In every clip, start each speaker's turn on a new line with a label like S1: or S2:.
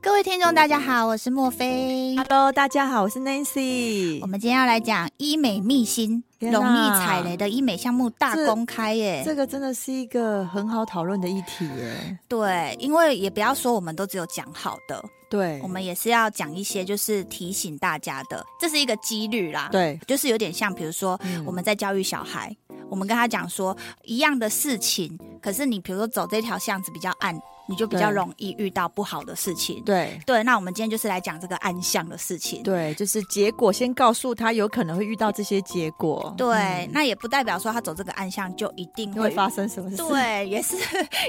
S1: 各位听众，大家好，我是莫菲。
S2: Hello，大家好，我是 Nancy
S1: 我。们今天要来讲医美秘辛，
S2: 天哪
S1: 容易踩雷的医美项目大公开耶。
S2: 这个真的是一个很好讨论的议题耶。
S1: 对，因为也不要说我们都只有讲好的，
S2: 对，
S1: 我们也是要讲一些就是提醒大家的，这是一个几率啦。，
S2: 对，
S1: 就是有点像，比如说
S2: 嗯
S1: 我们在教育小孩，我们跟他讲说一样的事情，可是你比如说走这条巷子比较暗，你就比较
S2: 对
S1: 容易遇到不好的事情。
S2: 对
S1: 对，那我们今天就是来讲这个暗巷的事情。
S2: 对，就是结果先告诉他有可能会遇到这些结果，
S1: 对，那也不代表说他走这个暗巷就一定
S2: 嗯
S1: 会
S2: 哦会发生什么事？
S1: 对，也是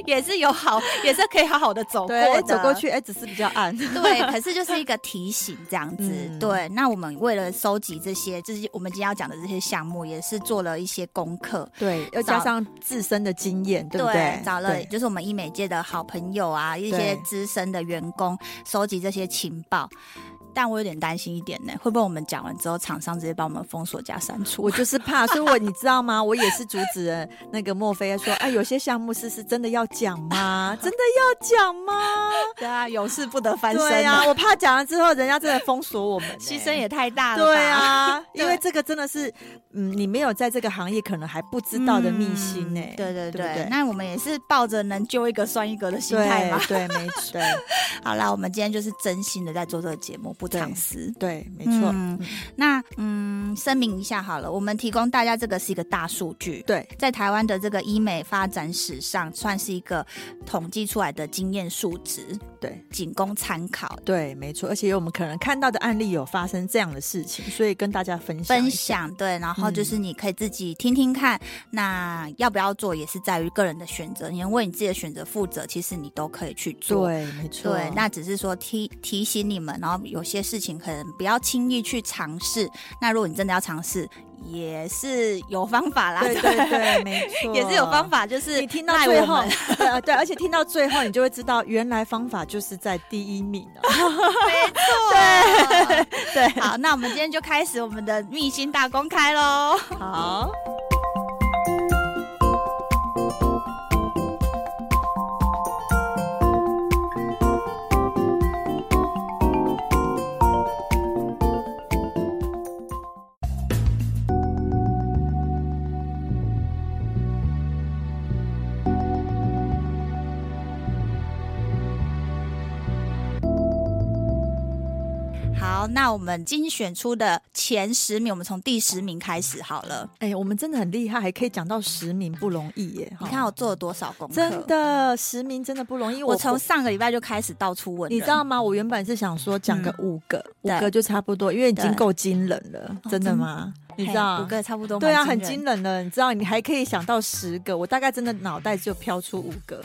S1: 也是有好，也是可以好好的走过
S2: 对，哎
S1: 的
S2: 走过。去，哎，只是比较 暗。
S1: 对，可是就是一个提醒这样子。
S2: 嗯
S1: 对，那我们为了收集这些，就是我们今天要讲的这些项目，也是做了一些功课。
S2: 对，要
S1: 找
S2: 加上自身的经验，对不对？
S1: 找了
S2: 对
S1: 就是我们医美界的好朋友啊，一些
S2: 对
S1: 资深的员工，收集这些情报。但我有点担心一点呢，会不会我们讲完之后，厂商直接把我们封锁加删除
S2: 我？就是怕，所以我你知道吗？我也是阻止了那个墨菲说，哎，有些项目是是真的要讲 吗？真的要讲吗？
S1: 对啊，有事不得翻
S2: 对
S1: 啊
S2: 啊，，我怕讲了之后，人家真的封锁我们、欸
S1: 牺牲。也太大了吧。
S2: 对啊，
S1: 对
S2: 因为这个真的是，嗯，你没有在这个行业，可能还不知道的秘辛呢、欸
S1: 嗯对对对
S2: 对不对
S1: 那我们也是抱着能救一个算一个的心
S2: 对
S1: 态嘛。
S2: 对， 没错，
S1: 好啦，我们今天就是真心的在做这个节目，不藏私。
S2: 对，没错，
S1: 嗯那嗯，声明一下好了，我们提供大家这个是一个大数据，
S2: 对
S1: 在台湾的这个医美发展史上，算是一个统计出来的经验数值，
S2: 对
S1: 仅供参考。
S2: 对，没错。而且我们可能看到的案例有发生这样的事情，所以跟大家分享一
S1: 分
S2: 下。
S1: 享对，然后就是你可以自己听听看，那要不要做也是在于个人的选择，你为你自己的选择负责，其实你都可以去做。
S2: 对，没错。
S1: 对，那只是说提提醒你们，然后有些事情可能不要轻易去尝试。那如果你真的要尝试，也是有方法啦，
S2: 对对对，没错，
S1: 也是有方。法，就是
S2: 你听到
S1: 赖
S2: 最
S1: 我
S2: 后
S1: 们，
S2: 对啊对，而且听到最后，你就会知道原来方法就是在第一名 啊。
S1: 对
S2: 对，
S1: 好，那我们今天就开始我们的秘辛大公开喽。
S2: 好。
S1: 好，那我们精选出的前十名，我们从第十名开始好了。
S2: 哎、我们真的很厉害，还可以讲到实名，不容易耶！
S1: 你
S2: 哈
S1: 看我做了多少功课？
S2: 真，的实名真的不容易。
S1: 我从上个礼拜就开始到处问人，嗯
S2: 你知道吗？我原本是想说讲个五个，
S1: 对
S2: 五个就差不多，因为已经
S1: 对哦
S2: 够惊人了，真的吗？你知
S1: 嘿
S2: 道
S1: 五？个差不多，
S2: 对啊，
S1: 蛮
S2: 很
S1: 人
S2: 惊人了。你知道，你还可以想到十个，我大概真的脑袋就飘出五个。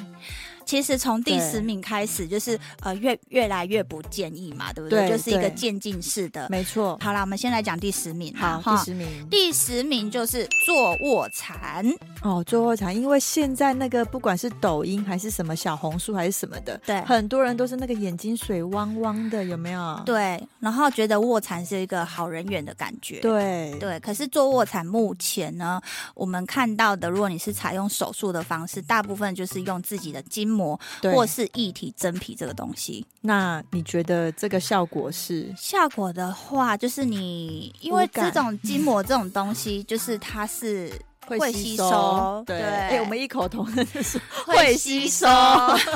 S1: 其实从第
S2: 对
S1: 十名开始，就是呃越越来越不建议嘛，对不对？
S2: 对
S1: 就是一个
S2: 对
S1: 渐进式的。
S2: 没错，
S1: 好啦，我们先来讲第十名啦。
S2: 好，
S1: 哈
S2: 第十名
S1: 呃第十名就是坐卧蚕，
S2: 哦，最后才，因为现在那个不管是抖音还是什么小红书还是什么的，
S1: 对
S2: 很多人都是那个眼睛水汪汪的，有没有？
S1: 对，然后觉得卧蚕是一个好人缘的感觉。
S2: 对
S1: 对，可是坐卧蚕目前呢，我们看到的，如果你是采用手术的方式，大部分就是用自己的筋膜
S2: 对
S1: 或是一体真皮这个东西。
S2: 那你觉得这个效果是？
S1: 效果的话，就是你因
S2: 无
S1: 为这
S2: 感
S1: 种筋膜这种东西，就是它是会吸收对
S2: 对，哎，我们异口同声 地说，
S1: 会
S2: 会
S1: 吸
S2: 吸
S1: 收
S2: 收。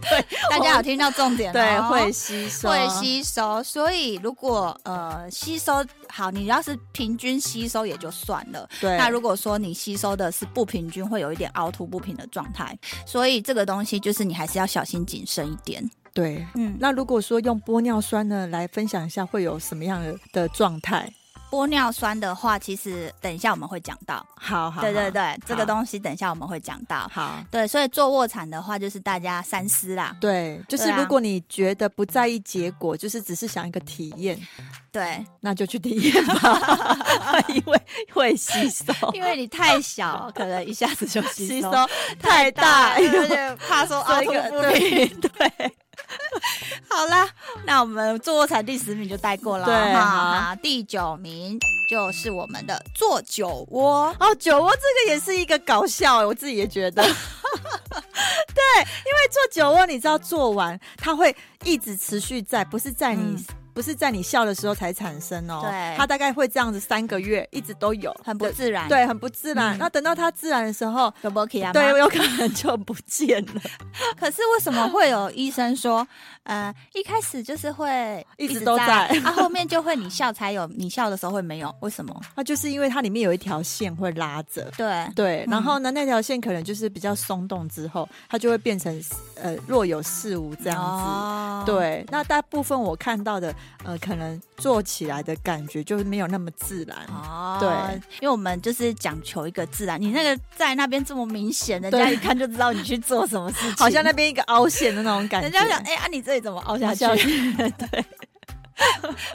S1: 对，大家有听到重点、哦、
S2: 对，会吸收，
S1: 会吸收。所以如果呃吸收好，你要是平均吸收也就算了。
S2: 对，
S1: 那如果说你吸收的是不平均，会有一点凹凸不平的状态，所以这个东西就是你还是要小心谨慎一点。
S2: 对。
S1: 嗯，
S2: 那如果说用玻尿酸呢来分享一下，会有什么样的的状态？
S1: 玻尿酸的话，其实等一下我们会讲到。
S2: 好好，
S1: 对对
S2: 好，
S1: 对，这个东西等一下我们会讲到。
S2: 好，
S1: 对，啊所以做卧蚕的话，就是大家三思啦。
S2: 对，就是
S1: 对啊
S2: 如果你觉得不在意结果，就是只是想一个体验，
S1: 对，
S2: 那就去体验吧， 因为会吸收，
S1: 因为你太小，可能一下子就 吸
S2: 吸
S1: 收
S2: 收太大，
S1: 对对对，怕说凹
S2: 这
S1: 凸
S2: 个
S1: 不平。对，好啦，那我们做卧蚕第十名就带过了啊
S2: 对
S1: 哈。好第九名就是我们的做酒窝，
S2: 欸 哦，酒窝这个也是一个搞笑，我自己也觉得。对，因为做久卧，你知道做完它会一直持续在，不是在你、
S1: 嗯
S2: 不是在你笑的时候才产生哦，
S1: 对
S2: 它大概会这样子三个月一直都有，
S1: 很不
S2: 对
S1: 自然。，
S2: 对，很不自然。
S1: 嗯
S2: 那等到它自然的时候，
S1: 有 b o k 啊？
S2: 对，有可能就不见了，
S1: 可是为什么会有医生说，呃，一开始就是会
S2: 一直都
S1: 在
S2: 在，
S1: 啊，后面就会你笑才有，你笑的时候会没有，为什么？
S2: 那就是因为它里面有一条线会拉着。
S1: 对，
S2: 对，
S1: 嗯
S2: 然后呢，那条线可能就是比较松动之后，它就会变成呃若有似无这样子。
S1: 哦，
S2: 对，那大部分我看到的，呃，可能做起来的感觉就是没有那么自然。
S1: 哦，
S2: 对，
S1: 因为我们就是讲求一个自然，你那个在那边这么明显，人
S2: 对
S1: 家一看就知道你去做什么事情，
S2: 好像那边一个凹陷的那种感觉，
S1: 人家想， 哎、啊，你这里怎么凹下去？
S2: 凹下
S1: 对。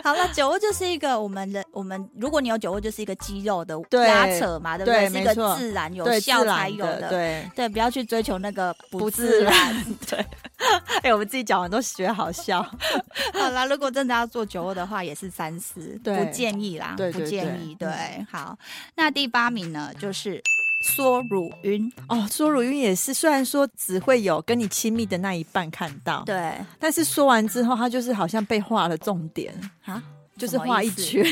S1: 好了，酒窝就是一个我们人，我们如果你有酒窝，就是一个肌肉的
S2: 对
S1: 拉扯嘛，对不对？
S2: 对
S1: 是一
S2: 没
S1: 个
S2: 错
S1: 自然有
S2: 对
S1: 效
S2: 自
S1: 才
S2: 然
S1: 有
S2: 的，对。
S1: 对，不要去追求那个不
S2: 不
S1: 自
S2: 自
S1: 然。
S2: 哎、我们自己讲完都觉得好笑。
S1: 好啦，如果真的要做酒窝的话，也是三思，
S2: 对
S1: 不建议啦，
S2: 对对
S1: 不建议。
S2: 对
S1: 对，好，那第八名呢，就是缩乳晕。
S2: 哦，说乳晕也是，虽然说只会有跟你亲密的那一半看到，，
S1: 对
S2: 但是说完之后，它就是好像被画了重点，
S1: 啊，
S2: 就是
S1: 什么
S2: 画
S1: 意
S2: 一
S1: 思
S2: 圈，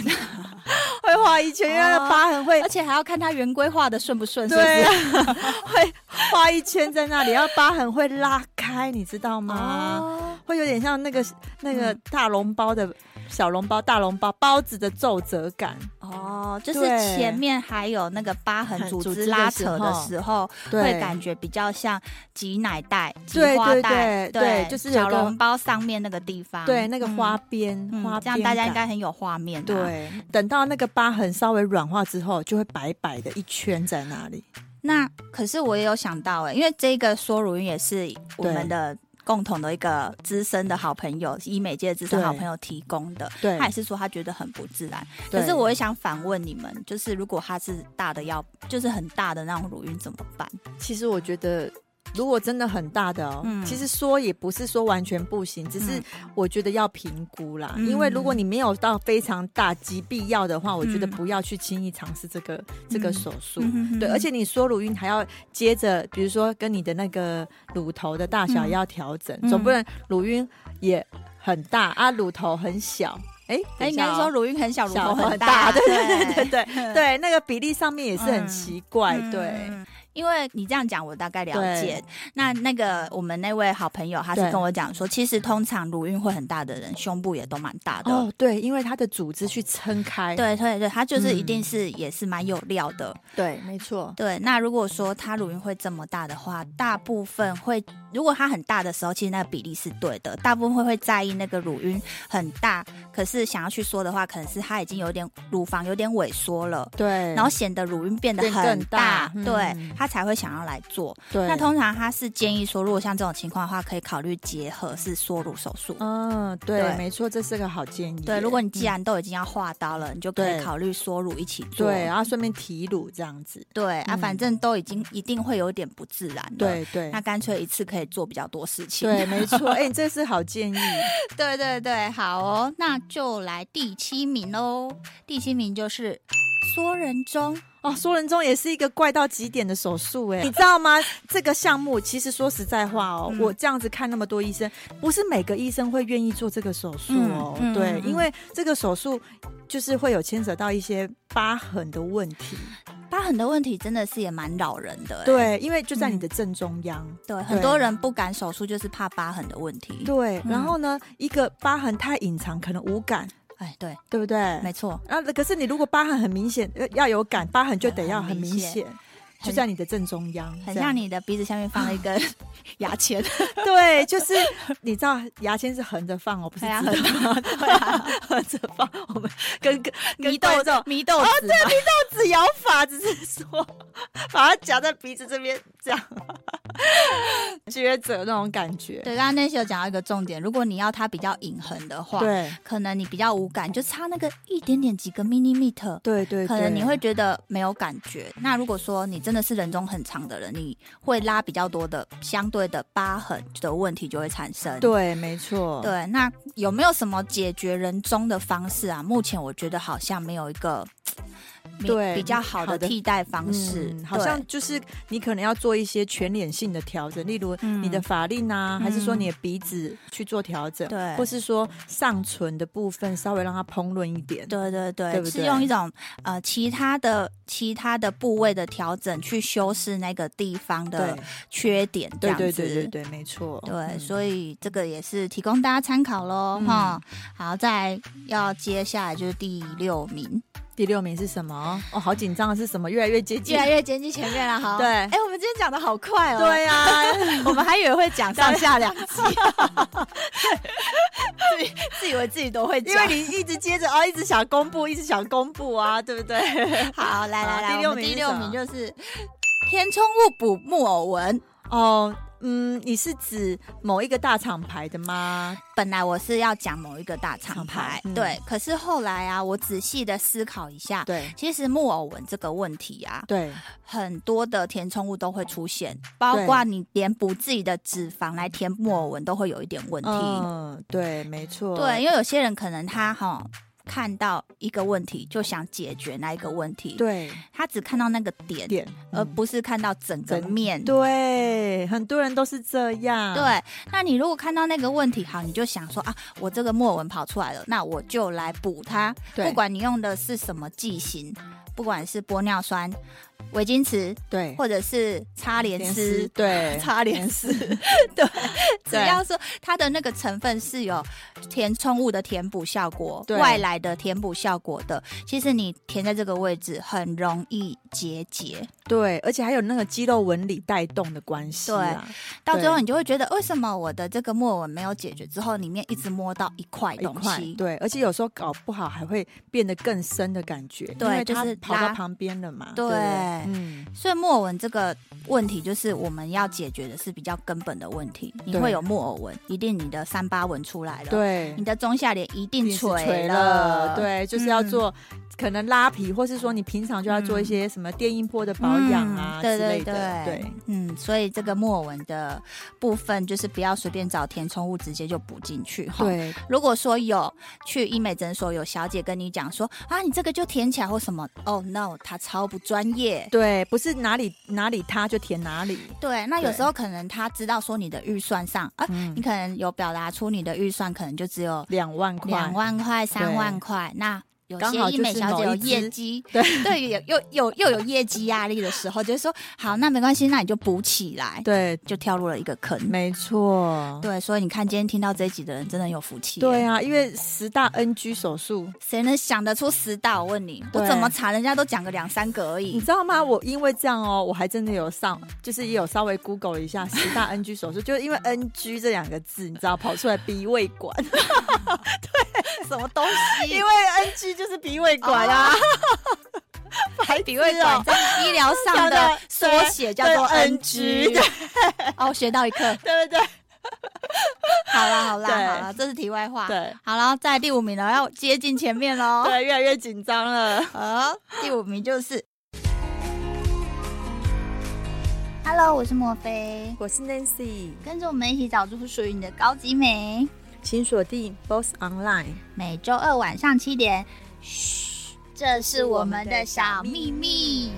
S2: 会画一圈，因为它
S1: 哦
S2: 的疤痕会
S1: 而且还要看它圆规画的顺不顺，是不是
S2: 对啊， 会画一圈在那里，然后疤痕会拉开，你知道吗？
S1: 哦
S2: 会有点像那个那个大笼包的小笼包、大笼包包子的皱褶感，
S1: 哦，就是
S2: 对
S1: 前面还有那个疤痕
S2: 很
S1: 组
S2: 组
S1: 织
S2: 织
S1: 拉
S2: 的时
S1: 扯的
S2: 候
S1: 时候，会感觉比较像挤奶袋、挤
S2: 对
S1: 花
S2: 对
S1: 袋，
S2: 对对就是有
S1: 小
S2: 个
S1: 笼包上面那个地方，
S2: 对那个
S1: 嗯
S2: 花边、
S1: 嗯
S2: 花边感，
S1: 这样大家应该很有画面、啊。，
S2: 对。等到那个疤痕稍微软化之后，就会白白的一圈在那里。
S1: 那可是我也有想到哎、因为这个说乳晕也是我
S2: 对
S1: 们的。共同的一个资深的好朋友，医美界的资深
S2: 对
S1: 好朋友提供的，
S2: 对
S1: 他也是说他觉得很不自然。
S2: 对
S1: 可是我也想反问你们，就是如果他是大的要，就是很大的那种乳晕怎么办？
S2: 其实我觉得。如果真的很大的哦，
S1: 嗯
S2: 其实说也不是说完全不行，只是
S1: 嗯
S2: 我觉得要评估啦。
S1: 嗯
S2: 因为如果你没有到非常大及必要的话，我觉得
S1: 嗯
S2: 不要去轻易尝试这个、这个手术。
S1: 嗯哼哼
S2: 对，而且你说乳晕还要接着，比如说跟你的那个乳头的大小
S1: 嗯
S2: 要调整，
S1: 嗯
S2: 总不能乳晕也很大啊，乳头很小。哎、
S1: 哎，
S2: 等一
S1: 应
S2: 下
S1: 该是
S2: 哦
S1: 说乳晕很小，乳头
S2: 小头
S1: 很
S2: 很
S1: 大，
S2: 大对
S1: 对
S2: 对对 对对，那个比例上面也是很奇怪，
S1: 嗯
S2: 对。
S1: 因为你这样讲，我大概了解
S2: 对。
S1: 那那个我们那位好朋友，他是
S2: 对
S1: 跟我讲说，其实通常乳晕会很大的人，胸部也都蛮大的。
S2: 哦，对，因为它的组织去撑开，
S1: 对对对，他就是
S2: 嗯
S1: 一定是、也是蛮有料的。
S2: 对，没错，
S1: 对，那如果说他乳晕会这么大的话，大部分会，如果他很大的时候，其实那个比例是对的，大部分会在意那个乳晕很大，可是想要去说的话，可能是他已经有点乳房有点萎缩了，
S2: 对。
S1: 然后显得乳晕变得
S2: 变
S1: 很
S2: 更大嗯
S1: 对他才会想要来做。
S2: 对，
S1: 那通常他是建议说，如果像这种情况的话，可以考虑结合是缩乳手术。
S2: 嗯，对
S1: 对，
S2: 没错，这是个好建议耶。
S1: 对，如果你既
S2: 嗯
S1: 然都已经要划刀了，你就可以
S2: 对
S1: 考虑缩乳一起做。
S2: 对，然后顺便提乳这样子，
S1: 对啊，
S2: 嗯
S1: 反正都已经一定会有点不自然了。，
S2: 对对
S1: 那干脆一次可以做比较多事情。
S2: 对，没错。哎，你这是好建议，
S1: 对对对，好哦，那就来第七名喽。第七名就是缩人中。
S2: 哦，缩人中也是一个怪到极点的手术哎、你知道吗？这个项目其实说实在话哦，
S1: 嗯
S2: 我这样子看那么多医生，不是每个医生会愿意做这个手术哦。
S1: 嗯嗯
S2: 对，
S1: 嗯
S2: 因为这个手术就是会有牵扯到一些疤痕的问题。
S1: 疤痕的问题真的是也蛮扰人的、欸，
S2: 对，因为就在你的正中央。
S1: 对，很多人不敢手术就是怕疤痕的问题。
S2: 对，
S1: 嗯
S2: 然后呢，一个疤痕太隐藏，可能无感，
S1: 哎，对，
S2: 对不对？
S1: 没错，
S2: 啊，可是你如果疤痕很明显，呃要有感，疤痕就得要很明显，
S1: 很
S2: 就在你的正中央，
S1: 很
S2: 这样啊
S1: 像你的鼻子下面放了一根牙签，
S2: 对，就是你知道牙签是横着放哦，不是
S1: 对啊
S2: 直着放，对啊， 横着放。 我们跟跟
S1: 迷
S2: 跟
S1: 豆
S2: 观众
S1: 迷豆子嘛，
S2: 自摇法，只是说把它夹在鼻子这边这样 撅着那种感觉。
S1: 对，刚刚那些有讲到一个重点，如果你要它比较隐痕的话，
S2: 对
S1: 可能你比较无感，就差那个一点点几个 millimeter。
S2: 对对，
S1: 可能
S2: 对
S1: 你会觉得没有感觉。那如果说你真的是人中很长的人，你会拉比较多的相对的疤痕的问题就会产生。
S2: 对，没错，
S1: 对，那有没有什么解决人中的方式啊？目前我觉得好像没有一个比
S2: 对
S1: 比较好
S2: 好
S1: 的
S2: 的
S1: 替代方式，
S2: 嗯好
S1: 对
S2: 像就是你可能要做一些全脸性的调整，例如
S1: 嗯
S2: 你的法令啊，
S1: 嗯
S2: 还是说你的鼻子去做调整，
S1: 对
S2: 或是说上唇的部分稍微让它蓬润一点，
S1: 对对对，
S2: 对不
S1: 是
S2: 对
S1: 用一种呃其他的其他的部位的调整去修饰那个地方的缺点，这
S2: 对
S1: 样子。
S2: 对对对对，没错，
S1: 对
S2: 嗯
S1: 所以这个也是提供大家参考喽
S2: 嗯
S1: 哈、好，再来要接下来就是第六名，
S2: 第六名是什么？哦，好紧张，是什么？越来越接近
S1: 越，来越接近前面了哈。
S2: 对
S1: 哎、我们今天讲的好快哦。
S2: 对 啊，
S1: 我们还以为会讲上下两集， 自己自以为自己都会
S2: 因
S1: 讲
S2: 为。你一直接着哦，一直想公布，一直想公布啊，对不对？
S1: 好，来来
S2: 好
S1: 来，
S2: 第六
S1: 我们
S2: 名
S1: 第
S2: 是
S1: 六
S2: 什么
S1: 名就是填充物补木偶纹。
S2: 哦，嗯，你是指某一个大厂牌的吗？
S1: 本来我是要讲某一个大厂
S2: 厂牌
S1: 牌，
S2: 嗯
S1: 对，可是后来啊，我仔细的思考一下，
S2: 对
S1: 其实木偶纹这个问题啊，
S2: 对，
S1: 很多的填充物都会出现，包
S2: 对
S1: 括你填补自己的脂肪来填木偶纹都会有一点问题。
S2: 嗯，对，没错，
S1: 对，因为有些人可能他哈看到一个问题就想解决那一个问题，
S2: 对
S1: 他只看到那个点，
S2: 点，
S1: 而
S2: 嗯
S1: 不是看到整个
S2: 整
S1: 面。
S2: 对，很多人都是这样，
S1: 对，那你如果看到那个问题，好，你就想说啊，我这个木偶纹跑出来了，那我就来补它。
S2: 对
S1: 不管你用的是什么剂型，不管是玻尿酸、维金池，
S2: 对，
S1: 或者是擦脸
S2: 连
S1: 丝
S2: 丝， 对，
S1: 擦脸丝，对，只
S2: 对
S1: 要说它的那个成分是有填充物的填补效果、
S2: 对
S1: 外来的填补效果的，其实你填在这个位置很容易结节，
S2: 对，而且还有那个肌肉纹理带动的关系啊，
S1: 到最后
S2: 对
S1: 你就会觉得为什么我的这个木偶纹没有解决之后，里面一直摸到一块
S2: 一
S1: 东
S2: 块
S1: 西。
S2: 对，而且有时候搞不好还会变得更深的感觉，因
S1: 对
S2: 为
S1: 就
S2: 它
S1: 是
S2: 跑
S1: 拉
S2: 到旁边了嘛，
S1: 对
S2: 对不对，嗯，
S1: 所以木偶纹这个问题，就是我们要解决的是比较根本的问题。你
S2: 对
S1: 会有木偶纹，一定你的三八纹出来了，，
S2: 对
S1: 你。的中下脸一定
S2: 定是
S1: 垂
S2: 垂
S1: 了，
S2: 了，。对，就是要
S1: 嗯
S2: 做可能拉皮，或是说你平常就要做一
S1: 嗯
S2: 些什么电音波的保养啊
S1: 嗯
S2: 之
S1: 对对
S2: 类的，
S1: 对
S2: 对，
S1: 嗯，所以这个木偶纹的部分就是不要随便找填充物，直接就补进去哈。，
S2: 对
S1: 如果说有去医美诊所有小姐跟你讲说啊，你这个就填起来或什么，哦、no，她超不专业。
S2: 对，不是哪里哪里塌就填哪里，
S1: 对，那有
S2: 对
S1: 时候可能她知道说你的预算上啊，
S2: 嗯
S1: 你，可能有表达出你的预算可能就只有
S2: 两万块，
S1: 两万块、三万块，那。有
S2: 刚
S1: 些
S2: 好
S1: 医
S2: 就
S1: 美
S2: 是
S1: 小姐
S2: 某
S1: 有
S2: 一支
S1: 业绩，
S2: 对
S1: 对，有又有又有业绩压力的时候，就是说好，那没关系，那你就补起来，
S2: 对，
S1: 就跳入了一个坑。
S2: 没错，
S1: 对，所以你看，今天听到这一集的人真的很有福气。
S2: 对，啊，因为十大 NG 手术，
S1: 谁能想得出十道？我问你，我
S2: 对
S1: 怎么查？人家都讲个两三个而
S2: 你
S1: 已。
S2: 知道吗？我因为这样哦，我还真的有上，就是也有稍微 Google 了一下十大 NG 手术，就是 因为 NG 这两个字，你知道跑出来鼻胃管，
S1: 什么东西？
S2: 因为 NG 就是鼻胃管啊， 哦
S1: 还哦鼻胃管在医疗上
S2: 叫
S1: 的
S2: 做
S1: 缩写叫做
S2: 对
S1: NG。
S2: 对
S1: 哦，学到一课。
S2: 对不对？
S1: 好啦，好啦，
S2: 对
S1: 好啦，这是题外话。
S2: 对
S1: 好了，在第五名了，要接近前面喽。
S2: 对，越来越紧张了。
S1: 好，第五名就是。Hello，我是莫菲，
S2: 我是 Nancy，
S1: 跟着我们一起找出属于你的高级美。
S2: 请锁定 Boss Online。
S1: 每周二晚上七点。嘘，这是我们的小秘密。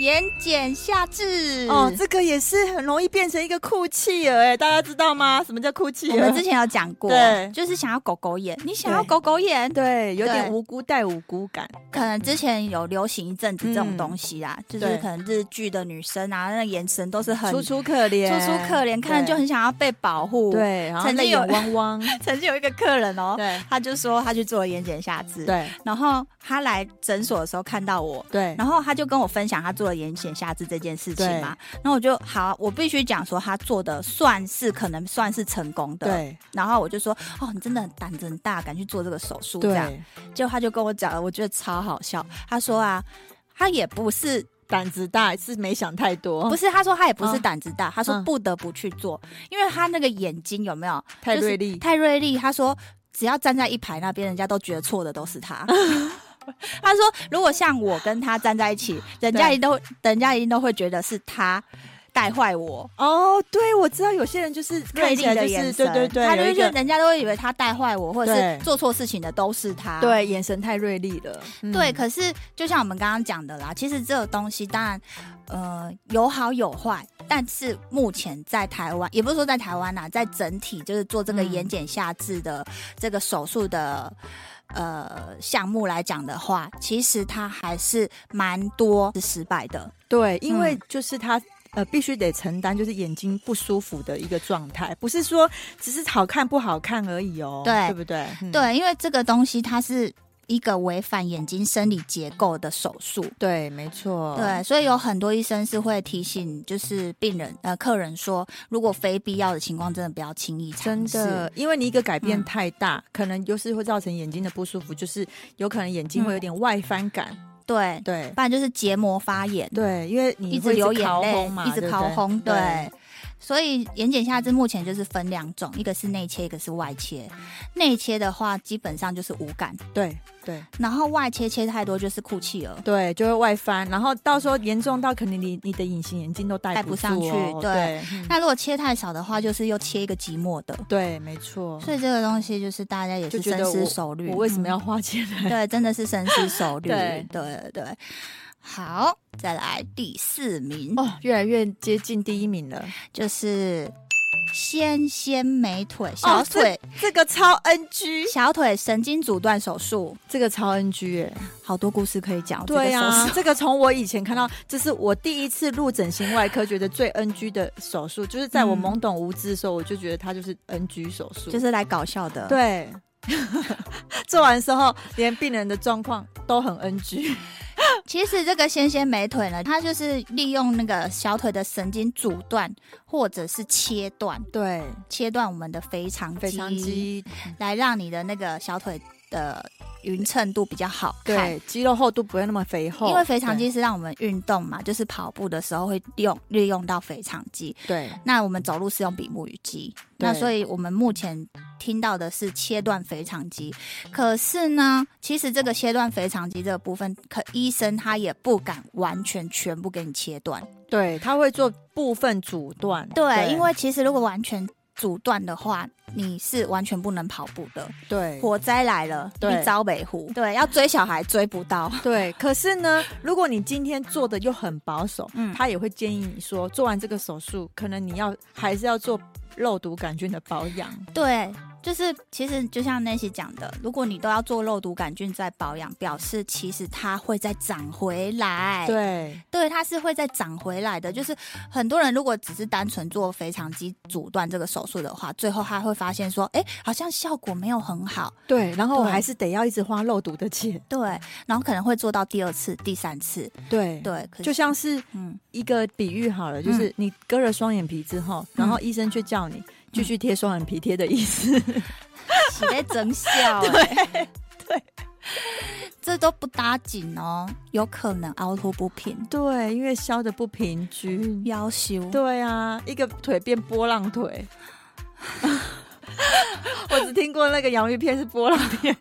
S1: 眼睑下至
S2: 哦，这个也是很容易变成一个哭泣儿哎，大家知道吗？什么叫哭泣儿？
S1: 我们之前有讲过，
S2: 对
S1: 就是想要狗狗眼，你想要
S2: 对
S1: 狗狗眼，
S2: 对有点
S1: 对
S2: 无辜带无辜感，
S1: 可能之前有流行一阵子这种东西啊，就是
S2: 嗯对
S1: 可能日剧的女生啊，那眼神都是很
S2: 楚楚可怜，
S1: 楚楚可怜，看着就很想要被保护。
S2: 对，，对然后
S1: 曾经
S2: 泪
S1: 有
S2: 眼汪汪，
S1: 曾经有一个客人哦，
S2: 对
S1: 他就说他去做了眼睑下至，，
S2: 对
S1: 然后他来诊所的时候看到我，
S2: 对，
S1: 然后他就跟我分享他做了眼睑下至这件事情嘛，然后我就好，我必须讲说他做的算是可能算是成功的，。
S2: 对
S1: 然后我就说，哦，你真的很胆子很大，敢去做这个手术这样。
S2: 对，
S1: 结果他就跟我讲了，我觉得超好笑。他说啊，
S2: 嗯
S1: 他也不是
S2: 胆子大是没想太多，
S1: 不是，他说他也不是
S2: 嗯
S1: 胆子大，他说
S2: 嗯
S1: 不得不去做，因为他那个眼睛有没有
S2: 太
S1: 就是
S2: 锐利，
S1: 太锐利？他说只要站在一排那边，人家都觉得错的都是 他。他说如果像我跟他站在一起，人家一
S2: 对
S1: 定都人家一定都会觉得是他带坏我。
S2: 哦，对，我知道有些人就是
S1: 锐
S2: 看
S1: 利
S2: 起来
S1: 的
S2: 就
S1: 眼
S2: 是
S1: 神，
S2: 对对对，
S1: 他
S2: 有
S1: 就
S2: 一
S1: 是觉得
S2: 个
S1: 人家都会以为他带坏我，或者
S2: 对
S1: 是做错事情的都是他。
S2: 对眼神太锐利了，嗯
S1: 啊对，可是就像我们刚刚讲的啦，其实这个东西当然，呃，有好有坏，但是目前在台湾，也不是说在台湾啦，在整体就是做这个
S2: 嗯
S1: 眼睑下至的这个手术的。呃，项目来讲的话，其实它还是蛮多是失败的，
S2: 对，因为
S1: 嗯
S2: 就是他。呃，必须得承担就是眼睛不舒服的一个状态，不是说只是好看不好看而已哦，
S1: 对
S2: 对不对？嗯
S1: 对，因为这个东西它是一个违反眼睛生理结构的手术，
S2: 对，没错，
S1: 对，所以有很多医生是会提醒，就是病人呃客人说，如果非必要的情况，真的不要轻易尝
S2: 真
S1: 试。
S2: 的，因为你一个改变
S1: 嗯
S2: 太大，可能就是会造成眼睛的不舒服，就是有可能眼睛
S1: 嗯
S2: 会有点外翻感。
S1: 对，
S2: 对
S1: 不然就是结膜发炎，
S2: 对，因为你
S1: 一直
S2: 会
S1: 流
S2: 烤
S1: 眼
S2: 烘
S1: 泪，
S2: 嘛，
S1: 一直
S2: 对不
S1: 烤
S2: 对
S1: 红，
S2: 对
S1: 对。所以眼睑下至目前就是分两种，一个是内切，一个是外切。内切的话，基本上就是无感，
S2: 对对
S1: 然后外切切太多就是哭泣儿。
S2: 对，就会外翻，然后到时候严重到可能你你的隐形眼镜都戴
S1: 戴
S2: 不
S1: 不上
S2: 住哦
S1: 去
S2: 对
S1: 对
S2: 嗯
S1: 那如果切太少的话，就是又切一个寂寞的。
S2: 对，没错。
S1: 所以这个东西就是大家也
S2: 哦就是觉得
S1: 深思熟虑。
S2: 我为什
S1: 嗯
S2: 么要花钱 来？
S1: 对，真的是深思熟虑。
S2: 对
S1: 对对对，好，再来第四名，
S2: 哦，越来越接近第一名 了。
S1: 就是纤纤美
S2: 哦
S1: 腿小腿、
S2: 这个超 NG，
S1: 小腿神经阻断手术，
S2: 这个超 NG 哎、
S1: 好多故事可以讲。
S2: 对
S1: 呀、
S2: 啊，这个从我以前看到，这是我第一次入整形外科觉得最 NG 的手术，就是在我
S1: 嗯
S2: 懵懂无知的时候，我就觉得它就是 NG 手术，
S1: 就是来搞笑的。，
S2: 对。做完之后，连病人的状况都很 NG。
S1: 其实这个纤纤美腿呢，它就是利用那个小腿的神经阻断或者是切断，
S2: 对，
S1: 切断我们的腓肠
S2: 非常肌，
S1: 来让你的那个小腿的匀称度比较好看。
S2: 对肌肉厚度不会那么肥厚，
S1: 因为腓肠肌是让我们运动嘛，就是跑步的时候会用利用到腓肠肌。
S2: 对。
S1: 那我们走路是用比目鱼肌，
S2: 对
S1: 那所以我们目前听到的是切断腓肠肌。可是呢，其实这个切断腓肠肌这个部分，可医生他也不敢完全全部给你切断。
S2: 对对，它会做部分阻断。
S1: 对，因为其实如果完全阻断的话，你是完全不能跑步的。
S2: 对
S1: 火灾来了，
S2: 对
S1: 你招北湖，对，要追小孩追不到。
S2: 对，可是呢，如果你今天做的又很保守，
S1: 嗯
S2: 他也会建议你说，做完这个手术，可能你要还是要做肉毒杆菌的保养。
S1: 对，就是其实就像 Nancy 讲的，如果你都要做肉毒杆菌再保养，表示其实它会再长回
S2: 哎
S1: 来。，
S2: 对
S1: 对，它是会再长回来的。就是很多人如果只是单纯做肥肠肌阻断这个手术的话，最后他会发现说，哎，好像效果没有很好。
S2: 对，然后我
S1: 对
S2: 还是得要一直花肉毒的钱。
S1: 对，然后可能会做到第二次、第三次。
S2: 对，
S1: 对，可是
S2: 就像是
S1: 嗯，
S2: 一个比喻好了，就是你割了双眼皮之后，然后医生却叫你继续贴双眼皮贴的意思。
S1: 起在整 笑、欸。对。这都不搭紧哦，有可能凹凸不平、
S2: 对，因为削的不平均。
S1: 腰修。
S2: 对啊，一个腿变波浪腿。 我只听过那个洋芋片是波浪片，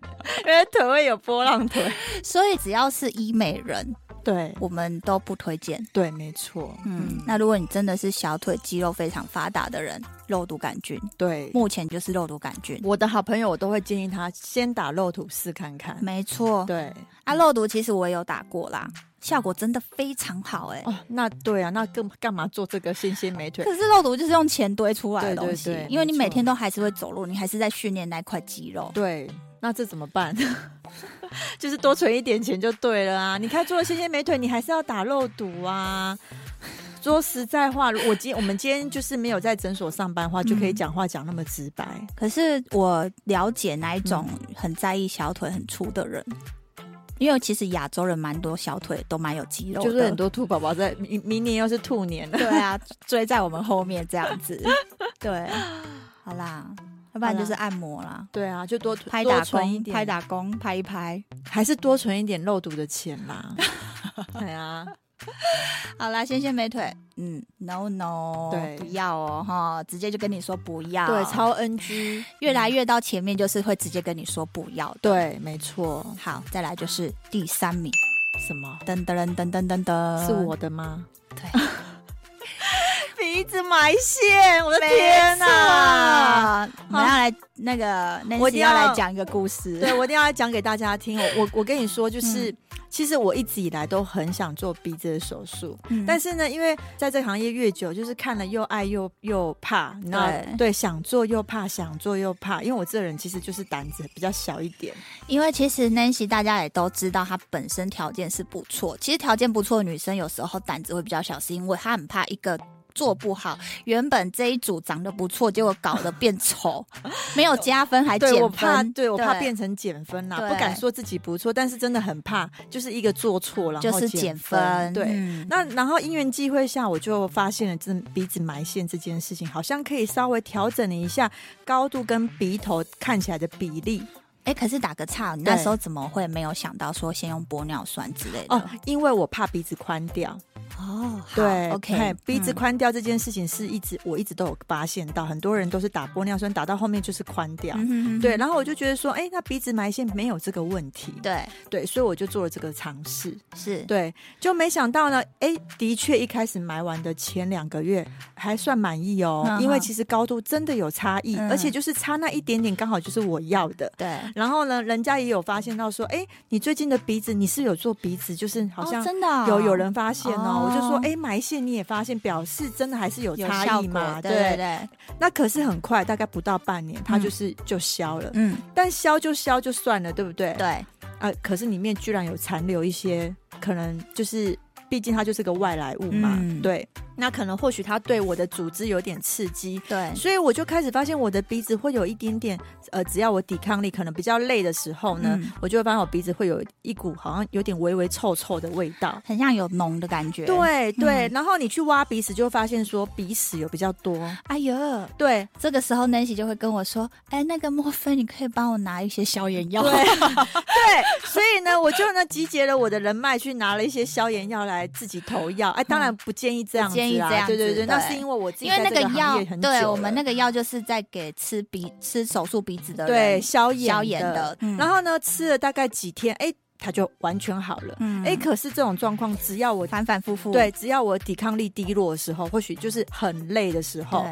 S2: 因为腿会有波浪腿。
S1: 所以只要是医美人，
S2: 对
S1: 我们都不推荐。
S2: 对，没错。
S1: 嗯，那如果你真的是小腿肌肉非常发达的人，肉毒杆菌
S2: 对，
S1: 目前就是肉毒杆菌，
S2: 我的好朋友我都会建议他先打肉毒试看看。
S1: 没错。
S2: 对
S1: 啊，肉毒其实我也有打过啦，效果真的非常好哎、
S2: 哦，那对啊，那更干嘛做这个纤纤美腿？
S1: 可是肉毒就是用钱堆出来的
S2: 对对
S1: 东西，
S2: 对
S1: 因为你
S2: 没
S1: 每
S2: 错
S1: 天都还是会走路，你还是在训练那块肌肉。
S2: 对，那这怎么办？ 就是多存一点钱就对了啊！你看做了纤纤美腿，你还是要打肉毒啊。说实在话，如我今我们今天就是没有在诊所上班的话，就可以讲话讲那么直白。
S1: 可是我了解哪一种
S2: 嗯
S1: 很在意小腿很粗的人，因为其实亚洲人蛮多小腿都蛮有肌肉的，
S2: 就是很多兔宝宝在明明年又是兔年 了，
S1: 对啊，追在我们后面这样子。对，好啦，要不然就是按摩啦，
S2: 对啊，就多
S1: 拍
S2: 多
S1: 打
S2: 存一
S1: 工，
S2: 点，
S1: 拍打工，拍一拍。
S2: 还是多存一点肉毒的钱 啦。对啊，
S1: 好啦，纤纤美腿，嗯，no no，
S2: 对
S1: 不要哦哈，直接就跟你说不要。
S2: 对，超 NG，
S1: 越来越到前面就是会直接跟你说不要。，
S2: 对，没错。
S1: 好，再来就是第三名，
S2: 什么？
S1: 呃噔噔噔噔噔噔噔，
S2: 是我的吗？
S1: 对。
S2: 一直埋线，我的天哪！
S1: 呐，我们要来那个，那
S2: 我一
S1: 次
S2: 定要
S1: 要来讲一个故事。
S2: 对，我一定要来讲给大家听。哦我我我跟你说，
S1: 嗯
S2: 就是、其实我一直以来都很想做鼻子的手术，
S1: 嗯，
S2: 但是呢，因为在这个行业越久，就是看了又爱又又怕，你知道
S1: 对
S2: 对，想做又怕，想做又怕。因为我这人其实就是胆子比较小一点，
S1: 因为其实 Nancy 大家也都知道，她本身条件是不错。其实条件不错的女生有时候胆子会比较小，是因为她很怕一个。做不好，原本这一组长得不错，结果搞得变 丑，没有加分还减
S2: 对
S1: 分。
S2: 我怕，对我怕
S1: 对
S2: 变成减分啦，
S1: 对
S2: 不敢说自己不错，但是真的很怕，就是一个做错然后
S1: 就是减
S2: 减
S1: 分。
S2: 对。
S1: 嗯
S2: 那然后因缘际会下，我就发现了这鼻子埋线这件事情，好像可以稍微调整了一下高度跟鼻头看起来的比例
S1: 哎、可是打个岔，你那
S2: 对
S1: 时候怎么会没有想到说先用玻尿酸之类的？
S2: 哦，因为我怕鼻子宽掉。
S1: 哦，好
S2: 对嘿
S1: ，OK，
S2: 鼻子
S1: 嗯
S2: 宽掉这件事情是一直我一直都有发现到，很多人都是打玻尿酸打到后面就是宽掉。
S1: 嗯哼哼
S2: 对，然后我就觉得说，哎，那鼻子埋线没有这个问题，
S1: 对
S2: 对，所以我就做了这个尝试，
S1: 是，
S2: 对，就没想到呢，哎，的确一开始埋完的前两个月还算满意哦，
S1: 嗯哼
S2: 因为其实高度真的有差异，
S1: 嗯
S2: 而且就是差那一点点，刚好就是我要的。
S1: 对，
S2: 然后呢，人家也有发现到说，哎，你最近的鼻子你是有做鼻子，就是好像
S1: 哦、真的哦、
S2: 啊有有人发现哦，
S1: 哦
S2: 我就说，哎，埋线你也发现，表示真的还是有
S1: 有
S2: 差
S1: 效
S2: 异嘛，
S1: 果对对对，
S2: 那可是很快，大概不到半年，它
S1: 嗯
S2: 就是、就消了。
S1: 嗯，
S2: 但消就消就算了，对不对？。
S1: 对，
S2: 啊，可是里面居然有残留一些，可能就是，毕竟它就是个外来物嘛，
S1: 嗯
S2: 对。那可能或许它对我的组织有点刺激。
S1: 对，
S2: 所以我就开始发现我的鼻子会有一点点，呃，只要我抵抗力可能比较累的时候呢，
S1: 嗯
S2: 我就会发现我鼻子会有一股好像有点微微臭臭的味道。
S1: 很像有脓的感觉。，
S2: 对对，然后你去挖鼻屎，就会发现说鼻屎有比较多。
S1: 哎呦，
S2: 对，
S1: 这个时候 Nancy 就会跟我说：“哎，那个莫非你可以帮我拿一些消炎药？”
S2: 对 对， 所以呢，我就呢集结了我的人脉，去拿了一些消炎药来自己投药。哎，当然不建议这样
S1: 不
S2: 子
S1: 建议
S2: 啊，
S1: 这样
S2: 对
S1: 子
S2: 对对，
S1: 对
S2: 那是因为我自己
S1: 因为那
S2: 在这
S1: 药
S2: 行业，很久
S1: 对我们那
S2: 个
S1: 个药就是在给吃鼻吃手术鼻子的
S2: 对
S1: 人
S2: 消炎
S1: 消炎的。嗯
S2: 然后呢，吃了大概几天，哎，它就完全好了。
S1: 嗯
S2: 哎，可是这种状况，只要我
S1: 反反复复，
S2: 对，只要我抵抗力低落的时候，或许就是很累的时候，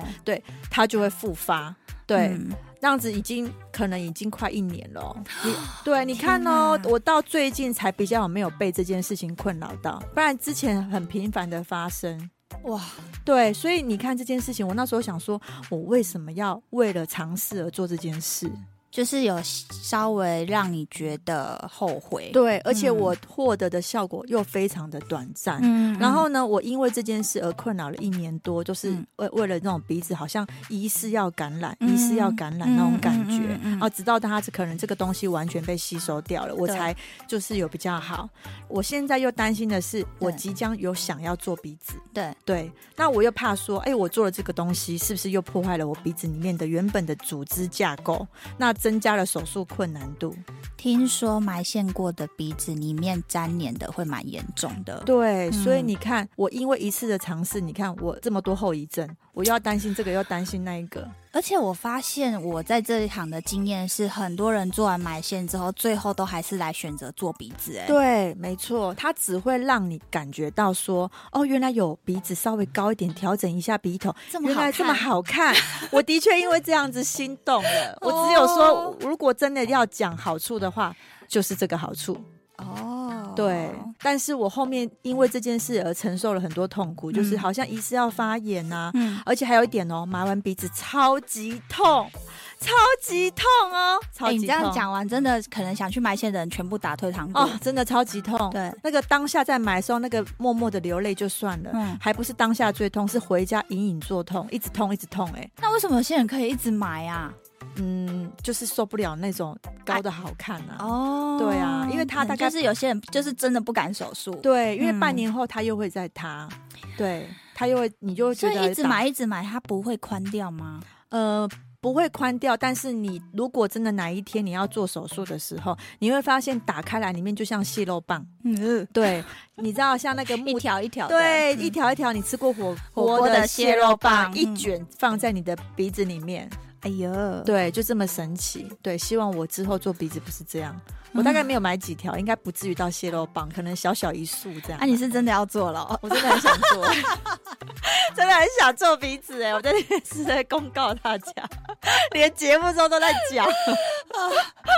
S2: 它就会复发。对，
S1: 嗯
S2: 这样子已经可能已经快一年 了哦、你对，你看哦
S1: 天，哪
S2: 我到最近才比较没有被这件事情困扰到，不然之前很频繁的发生。
S1: 哇，
S2: 对，所以你看这件事情，我那时候想说，我为什么要为了尝试而做这件事？
S1: 嗯就是有稍微让你觉得后悔。
S2: 对，而且我获得的效果又非常的短暂。
S1: 嗯，嗯
S2: 然后呢，我因为这件事而困扰了一年多，就是
S1: 嗯
S2: 为为了那种鼻子好像疑似要感染、
S1: 嗯
S2: 疑似要感染那种感觉，
S1: 嗯嗯嗯嗯嗯
S2: 啊，直到它可能这个东西完全被吸收掉了，我
S1: 对
S2: 才就是有比较好。我现在又担心的是，我
S1: 对
S2: 即将有想要做鼻子，
S1: 嗯对
S2: 对，那我又怕说，哎，我做了这个东西，是不是又破坏了我鼻子里面的原本的组织架构？那增加了手术困难度。
S1: 听说埋线过的鼻子里面粘黏的会蛮严重的。
S2: 对，所以
S1: 嗯
S2: 你看，我因为一次的尝试，你看我这么多后遗症，我又要担心这个，又要担心那一个。
S1: 而且我发现我在这一行的经验是，很多人做完埋线之后，最后都还是来选择做鼻子、哎，
S2: 对，没错，它只会让你感觉到说，哦，原来有鼻子稍微高一点，调整一下鼻头，
S1: 这么
S2: 原
S1: 好
S2: 来
S1: 看，
S2: 这么好看。我的确因为这样子心 动了。我只有说
S1: 哦，
S2: 如果真的要讲好处的话，就是这个好处。
S1: 哦，
S2: 对，但是我后面因为这件事而承受了很多痛苦，就是
S1: 嗯
S2: 好像疑似要发炎啊，
S1: 嗯，
S2: 而且还有一点哦，麻完鼻子超级痛，超级痛哦， 超
S1: 哎，
S2: 级痛。
S1: 你这样讲完，真的可能想去埋线的人全部打退堂鼓。
S2: 哦，真的超级痛。
S1: 对，
S2: 那个当下在买的时候，那个默默的流泪就算了，
S1: 嗯
S2: 还不是当下最痛，是回家隐隐作痛，一直痛一直痛、哎，
S1: 那为什么有些人可以一直埋啊？
S2: 嗯，就是受不了那种高的好看啊。
S1: 哦
S2: 对啊因为他大概
S1: 可能就是有些人就是真的不敢手术，
S2: 对，因为
S1: 嗯
S2: 半年后他又会再塌，对他又会，你就会觉
S1: 所
S2: 得
S1: 以一直
S2: 打
S1: 埋一直埋，它不会宽掉吗？
S2: 呃，不会宽掉，但是你如果真的哪一天你要做手术的时候，你会发现打开来里面就像蟹肉棒，
S1: 嗯，
S2: 对，你知道像那个
S1: 一
S2: 木。
S1: 条一条的，
S2: 对，
S1: 嗯
S2: 一条一条，你吃过火
S1: 火锅的蟹肉棒
S2: 一
S1: 嗯
S2: 卷放在你的鼻子里面，
S1: 哎呦，
S2: 对，就这么神奇。对，希望我之后做鼻子不是这样。我大概没有买几条，应该不至于到 蟹肉棒，可能小小一束这样。
S1: 啊，你是真的要做了哦？
S2: 我真的很想做，真的的很想皱鼻子哎、我在电视在公告大家， 连节目中都在讲。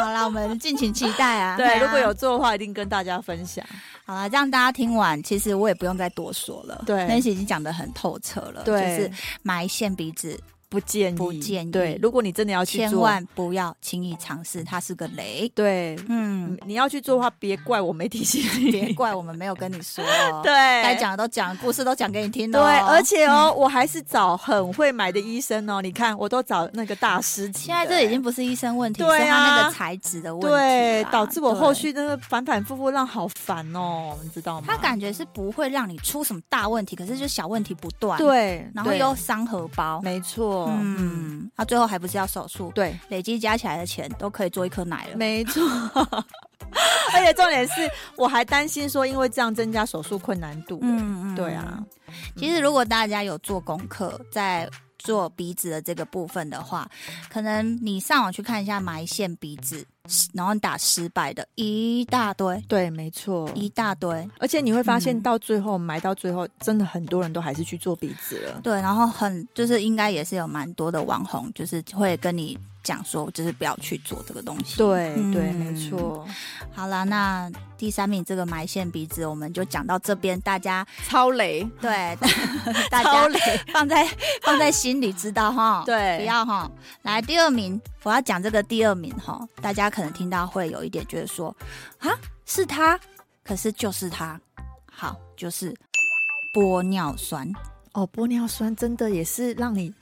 S1: 好啦，我们敬请期待啊。
S2: 对，
S1: 啊
S2: 如果有做的话，一定跟大家分享。
S1: 好了，这样大家听完，其实我也不用再多说了。
S2: 对
S1: 那期已经讲得很透彻了。
S2: 对
S1: 就是埋线鼻子，
S2: 不建议，
S1: 不建议
S2: 对，如果你真的要去
S1: 千
S2: 做，
S1: 万不要轻易尝试，它是个雷。
S2: 对，
S1: 嗯，
S2: 你要去做的话，别怪我没提醒你。
S1: 别怪我们没有跟你说、哦。
S2: 对，
S1: 该讲的都讲，故事都讲给你听了、
S2: 对，而且哦，我还是找很会买的医生哦。你看，我都找那个大师级的
S1: 现在这已经不是医生问题，
S2: 对啊
S1: 是他那个材质的问题
S2: 对
S1: 啦、，
S2: 导致我
S1: 对
S2: 后续真的反反复复让好烦哦，你知道吗？
S1: 他感觉是不会让你出什么大问题，可是就小问题不断。，
S2: 对，
S1: 然后
S2: 对
S1: 又伤荷包。
S2: 没错，嗯，
S1: 嗯，他最后还不是要手术？
S2: 对，
S1: 累积加起来的钱都可以做一颗奶了。
S2: 没 错。而且重点是，我还担心说，因为这样增加手术困难度。嗯，
S1: 嗯
S2: 对啊。
S1: 其实如果大家有做功课，在做鼻子的这个部分的话，可能你上网去看一下埋线鼻子，然后你打失败的一大堆，
S2: 对，没错。
S1: 一大堆。
S2: 而且你会发现，
S1: 嗯
S2: 到最后埋到最后，真的很多人都还是去做鼻子了。
S1: 对，然后很就是应该也是有蛮多的网红，就是会跟你讲说，就是不要去做这个东西。
S2: 对对，
S1: 嗯
S2: 没错，
S1: 好啦，那第三名这个埋线鼻子，我们就讲到这边，大家
S2: 超雷，
S1: 对 大家
S2: 超雷，
S1: 放在放在心里知道哈。。
S2: 对，
S1: 不要哈，来第二名，我要讲这个第二名哈，大家可能听到会有一点觉得说，啊，是他，可是就是他，好，就是玻尿酸，
S2: 哦，玻尿酸真的也是让你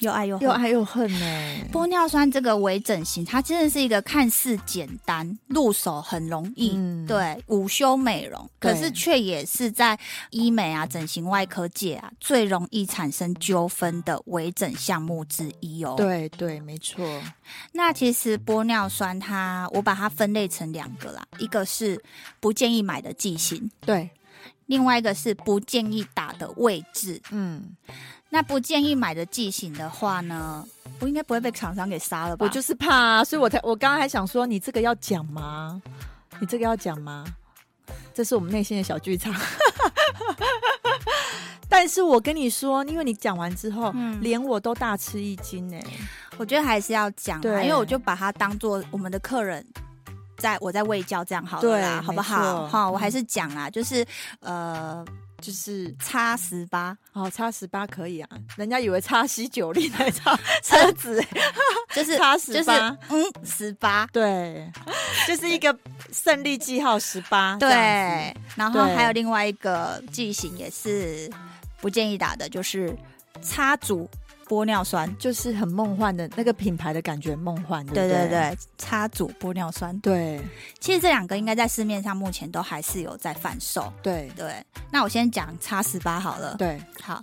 S1: 又爱又恨
S2: 又爱又恨呢、
S1: 玻尿酸这个微整形，它真的是一个看似简单、入手很容易，
S2: 嗯，
S1: 对午休美容，
S2: 对
S1: 可是却也是在医美啊、整形外科界啊最容易产生纠纷的微整项目之一哦。，
S2: 对对，没错，
S1: 那其实玻尿酸它，我把它分类成两个啦，一个是不建议买的剂型，
S2: 对，
S1: 另外一个是不建议打的位置。
S2: 嗯，
S1: 那不建议买的剂型的话呢，我应该不会被厂商给杀了吧？
S2: 我就是怕、啊，所以我才我刚刚还想说，你这个要讲吗？你这个要讲吗？这是我们内心的小剧场。 但是我跟你说，因为你讲完之后，
S1: 嗯
S2: 连我都大吃一惊哎、
S1: 我觉得还是要讲啦，
S2: 对
S1: 因为我就把它当做我们的客人。在我在喂教这样好了啦，
S2: 对
S1: 好不
S2: 没
S1: 好？
S2: 错
S1: 哈，我
S2: 嗯
S1: 还是讲啦，就是呃，
S2: 就是
S1: 差十八，
S2: 哦，差十八可以啊，人家以为差西九零还 差车子、
S1: 就是
S2: 差
S1: 就
S2: 十
S1: 是
S2: 八，
S1: 嗯十八，
S2: 对， 就是一个胜利记号十八。
S1: 对
S2: 啊这样子，
S1: 然后
S2: 对
S1: 还有另外一个剂型也是不建议打的，就是插组玻尿酸，
S2: 就是很梦幻的那个品牌的感觉，梦幻。
S1: 对
S2: 对
S1: 对
S2: 不对
S1: 对，插组玻尿酸。
S2: 对
S1: 其实这两个应该在市面上目前都还是有在贩售。
S2: 对
S1: 对，那我先讲叉十八好了。
S2: 对
S1: 好，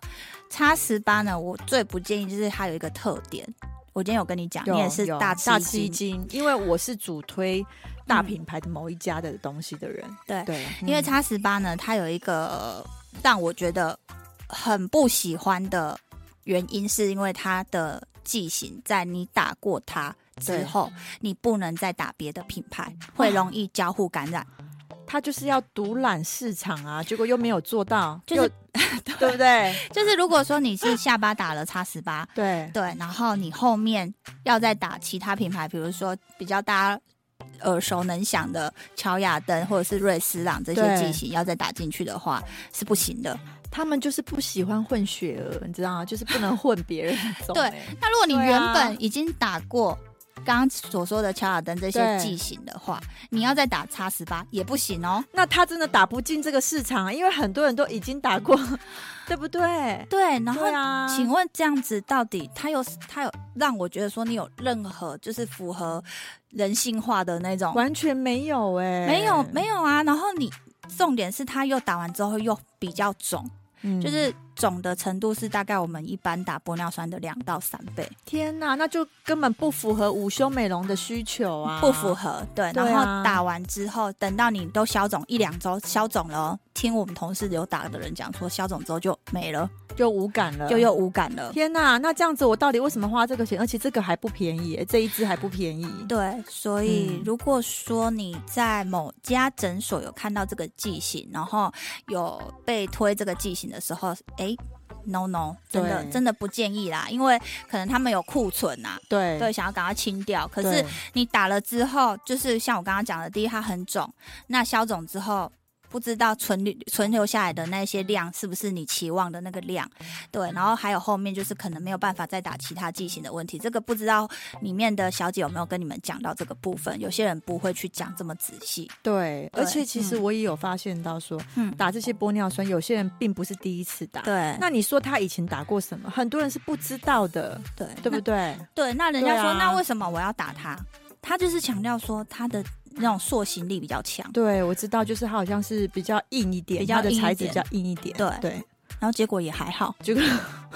S1: 叉十八呢，我最不建议就是它有一个特点，我今天有跟你讲，
S2: 有
S1: 你也是
S2: 有
S1: 大
S2: 大
S1: 吃
S2: 吃
S1: 一
S2: 一
S1: 惊，
S2: 惊，因为我是主推大品牌的某一家的东西的人。
S1: 对
S2: 对，
S1: 因为
S2: 嗯
S1: 叉十八呢，它有一个让我觉得很不喜欢的原因，是因为它的剂型在你打过它。之
S2: 对
S1: 后你不能再打别的品牌，会容易交互感染。
S2: 他就是要独揽市场啊，结果又没有做到，
S1: 就是
S2: 又对不对？
S1: 就是如果说你是下巴打了叉十八，
S2: 对
S1: 对，然后你后面要再打其他品牌，比如说比较大家耳熟能详的乔雅登或者是瑞斯朗这些
S2: 对
S1: 剂型，要再打进去的话是不行的。
S2: 他们就是不喜欢混血儿，你知道吗？就是不能混别人那种
S1: 对
S2: 欸。
S1: 那如果你
S2: 对
S1: 原
S2: 啊
S1: 本已经打过刚刚所说的乔雅登这些
S2: 对
S1: 剂型的话，你要再打叉十八也不行哦。
S2: 那他真的打不进这个市场啊，因为很多人都已经打 过，对不对？
S1: 对，然后
S2: 对啊，
S1: 请问这样子到底它有它有让我觉得说你有任何就是符合人性化的那种
S2: 完全没有哎、
S1: 没有没有啊？然后你重点是它又打完之后又比较肿，
S2: 嗯
S1: 就是肿的程度是大概我们一般打玻尿酸的两到三倍，
S2: 天哪，那就根本不符合午休美容的需求啊，
S1: 不符。合。对，
S2: 对
S1: 然
S2: 啊
S1: 后打完之后，等到你都消肿一两周，消肿了哦，听我们同事有打的人讲说，消肿之后就没了，
S2: 就无感了，
S1: 就又无感了。
S2: 天哪，那这样子我到底为什么花这个钱？而且这个还不便宜、欸这一支还不便宜。
S1: 对，所以
S2: 嗯
S1: 如果说你在某家诊所有看到这个剂型，然后有被推这个剂型的时候，哎， no no，真的
S2: 对
S1: 真的不建议啦，因为可能他们有库存呐、
S2: 对
S1: 对，想要赶快清掉。可
S2: 对
S1: 是你打了之后，就是像我刚刚讲的，第一它很肿，那消肿之后。不知道存留存留下来的那些量是不是你期望的那个量，对，然后还有后面就是可能没有办法再打其他剂型的问题，这个不知道里面的小姐有没有跟你们讲到这个部分，有些人不会去讲这么仔细，
S2: 对，而
S1: 对
S2: 且其实
S1: 嗯
S2: 我也有发现到说，
S1: 嗯，
S2: 打这些玻尿酸，有些人并不是第一次打。
S1: 对，
S2: 那你说他以前打过什么？很多人是不知道的，
S1: 对
S2: 对不对？
S1: 对，那人家说、
S2: 对啊
S1: 那为什么我要打他？他就是强调说他的那种塑形力比较强，
S2: 对，我知道，就是它好像是比较硬一点，
S1: 比较
S2: 它的
S1: 硬一
S2: 材质
S1: 点
S2: 比较硬一点。
S1: 对
S2: 对，
S1: 然后结果也还好。
S2: 就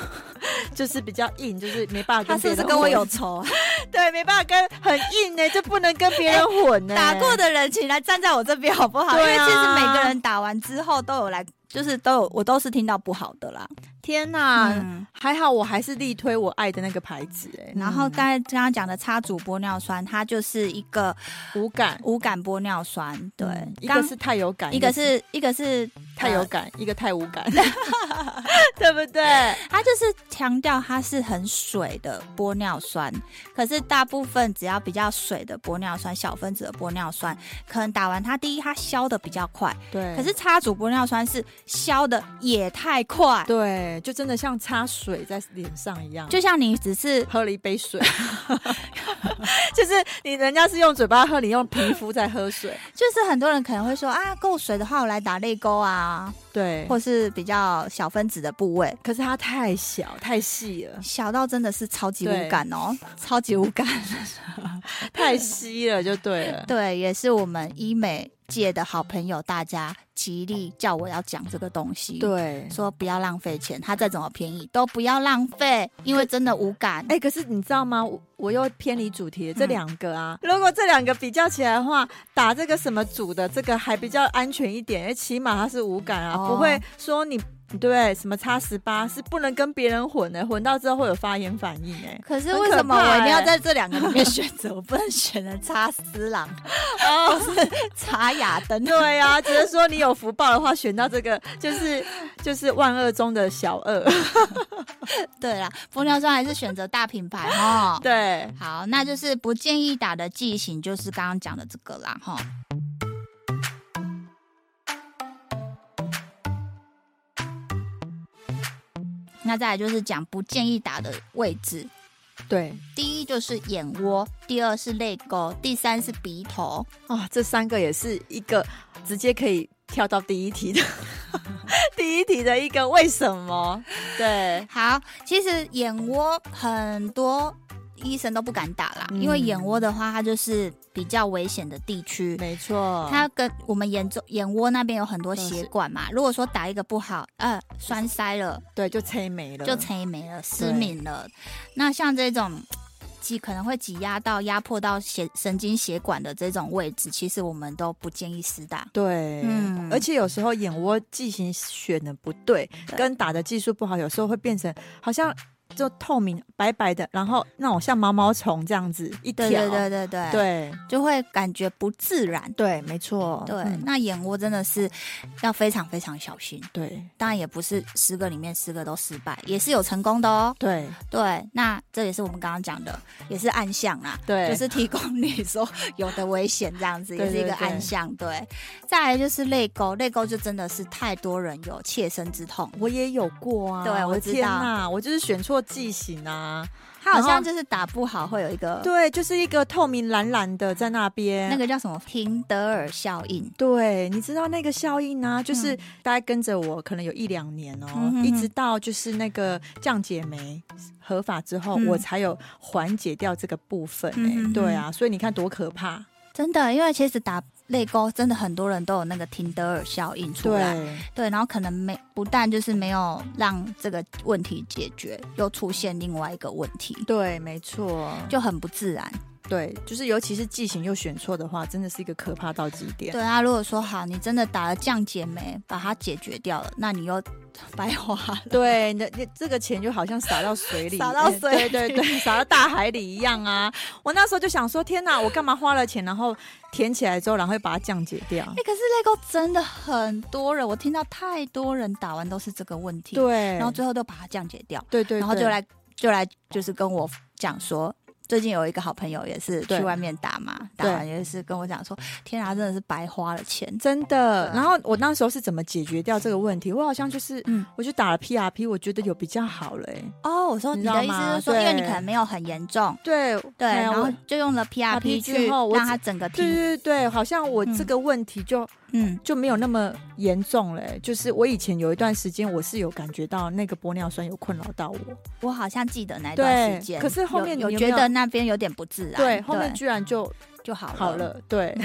S2: 就是比较硬，就是没办法。
S1: 他是不是跟我有？仇？
S2: 对，没办法跟很硬呢、欸就不能跟别人混欸呢、
S1: 哎打过的人请来站在我这边 好不好？因
S2: 对
S1: 为
S2: 啊
S1: 其实每个人打完之后都有来，就是都有我都是听到不好的啦。
S2: 天哪、
S1: 嗯
S2: 还好我还是力推我爱的那个牌子哎、
S1: 然后
S2: 嗯
S1: 刚才刚刚讲的插主玻尿酸，它就是一个
S2: 无感，
S1: 无感玻尿酸，对
S2: 嗯，一
S1: 刚
S2: 个是太有感，
S1: 一个是一个是
S2: 太
S1: 呃
S2: 有感，一个太无 感，对不对？
S1: 它就是强调它是很水的玻尿酸，可是大部分只要比较水的玻尿酸、小分子的玻尿酸，可能打完它第一它消的比较快，
S2: 对，
S1: 可是插组玻尿酸是消的也太快，
S2: 对，就真的像擦水在脸上一样，
S1: 就像你只是
S2: 喝了一杯水， 就是你人家是用嘴巴喝，你用皮肤在喝水，
S1: 就是很多人可能会说啊，够水的话我来打泪沟啊，
S2: 对。
S1: 或是比较小分子的部位。
S2: 可是它太小太细 了，
S1: 小到真的是超级
S2: 对
S1: 无感 哦，超级无感。
S2: 太稀了就对了。
S1: 对，也是我们医美界的好朋友，大家极力叫我要讲这个东西。
S2: 对，
S1: 说不要浪费钱，它再怎么便宜都不要浪费，因为真的无感。
S2: 哎、可是你知道吗？我我又偏离主题了，这
S1: 嗯
S2: 两个啊，如果这两个比较起来的话，打这个什么组的这个还比较安全一点，哎，起码它是无感啊，
S1: 哦。
S2: 不会说你对不对什么叉十八是不能跟别人混的，混到之后会有发炎反应 哎
S1: 可是
S2: 很
S1: 为
S2: 可
S1: 什么
S2: 怕
S1: 我一定要
S2: 欸
S1: 在这两个里面选择？我不能选择擦丝朗、
S2: 哦，
S1: 擦雅登？
S2: 对啊，只是说你有福报的话，选到这个就是就是万恶中的小恶。
S1: 对啦，玻尿酸还是选择大品牌哦。
S2: 对，
S1: 好，那就是不建议打的剂型，就是刚刚讲的这个啦，哈。那再来就是讲不建议打的位置，
S2: 对
S1: 第一就是眼窝，第二是泪沟，第三是鼻头。
S2: 啊、这三个也是一个直接可以跳到第一题的， 第一题的一个为什么？对
S1: 好，其实眼窝很多医生都不敢打啦，
S2: 嗯
S1: 因为眼窝的话，它就是比较危险的地区。
S2: 没错，
S1: 它跟我们眼周眼窝那边有很多血管嘛，如果说打一个不好，呃，栓塞了
S2: 对就催眉了，
S1: 就垂没了、失明了。那像这种挤可能会挤压到、压迫到血神经血管的这种位置，其实我们都不建议施打。
S2: 对，
S1: 嗯
S2: 而且有时候眼窝剂型选的不对，
S1: 对
S2: 跟打的技术不好，有时候会变成好像就透明白白的，然后那种像毛毛虫这样子一
S1: 对
S2: 条，
S1: 对对对对
S2: 对
S1: 就会感觉不自然。
S2: 对没错，
S1: 对，
S2: 嗯
S1: 那眼窝真的是要非常非常小心。
S2: 对
S1: 当然也不是十个里面十个都失败，也是有成功的哦。
S2: 对
S1: 对，那这也是我们刚刚讲的，也是暗象啦，
S2: 对，
S1: 就是提供你说有的危险这样 子，
S2: 对
S1: 也是一
S2: 对
S1: 个
S2: 对
S1: 暗象。对，再来就是泪沟，泪沟就真的是太多人有切身之痛，
S2: 我也有过啊，
S1: 对
S2: 我
S1: 我
S2: 的
S1: 知
S2: 天
S1: 道
S2: 呐，我就是选错剂型啊，
S1: 它好
S2: 然后
S1: 像就是打不好会有一个
S2: 对，就是一个透明蓝蓝的在那边，
S1: 那个叫什么廷德尔效应。
S2: 对，你知道那个效应呢、就是
S1: 嗯
S2: 大概跟着我可能有一两年哦，
S1: 嗯哼哼
S2: 一直到就是那个降解酶合法之后，
S1: 嗯
S2: 我才有缓解掉这个部分、欸。
S1: 嗯哼哼
S2: 对啊，所以你看多可怕。
S1: 真的，因为其实打泪沟真的很多人都有那个廷德尔效应出来，
S2: 对
S1: 对，然后可能没不但就是没有让这个问题解决，又出现另外一个问题，
S2: 对，没错。
S1: 就很不自然。
S2: 对，就是尤其是剂型又选错的话，真的是一个可怕到极点。
S1: 对啊，如果说好，你真的打了降解酶把它解决掉了，那你又 白花 了。
S2: 对，你的你这个钱就好像撒到水里，
S1: 撒到
S2: 哎
S1: 水
S2: 对
S1: 里
S2: 对 对，撒到大海里一样啊！我那时候就想说，天哪，我干嘛花了钱，然后填起来之后，然后又把它降解掉？
S1: 哎、可是泪沟真的很多人，我听到太多人打完都是这个问题，
S2: 对，
S1: 然后最后都把它降解掉，
S2: 对对，
S1: 然后就
S2: 对
S1: 来就来就是跟我讲说。最近有一个好朋友也是去
S2: 对
S1: 外面打嘛，打
S2: 对
S1: 完也是跟我讲说，天啊，真的是白花了钱。
S2: 真的
S1: 对啊。
S2: 然后我那时候是怎么解决掉这个问题？我好像就是，
S1: 嗯
S2: 嗯，我就打了 PRP，我觉得有比较好了、欸。
S1: 哦，我说
S2: 你
S1: 你
S2: 知
S1: 的
S2: 道
S1: 意思
S2: 吗
S1: 是说，因为你
S2: 对
S1: 可能没有很严重，
S2: 对
S1: 对，
S2: 哎呀
S1: 然后
S2: 我
S1: 就用了 PRP
S2: 之
S1: 去
S2: 后我
S1: 让
S2: 只
S1: 它整个
S2: 对
S1: 平，
S2: 对对，好像我
S1: 嗯
S2: 这个问题就、
S1: 嗯，
S2: 就没有那么严重了、欸就是我以前有一段时间，我是有感觉到那个玻尿酸有困扰到我。
S1: 我好像记得那一段
S2: 对
S1: 时间，
S2: 可是后
S1: 有
S2: 面你
S1: 有
S2: 有
S1: 觉
S2: 没有
S1: 得那边有点不自然，
S2: 对，后面居然就
S1: 就好了。嗯
S2: 好了。对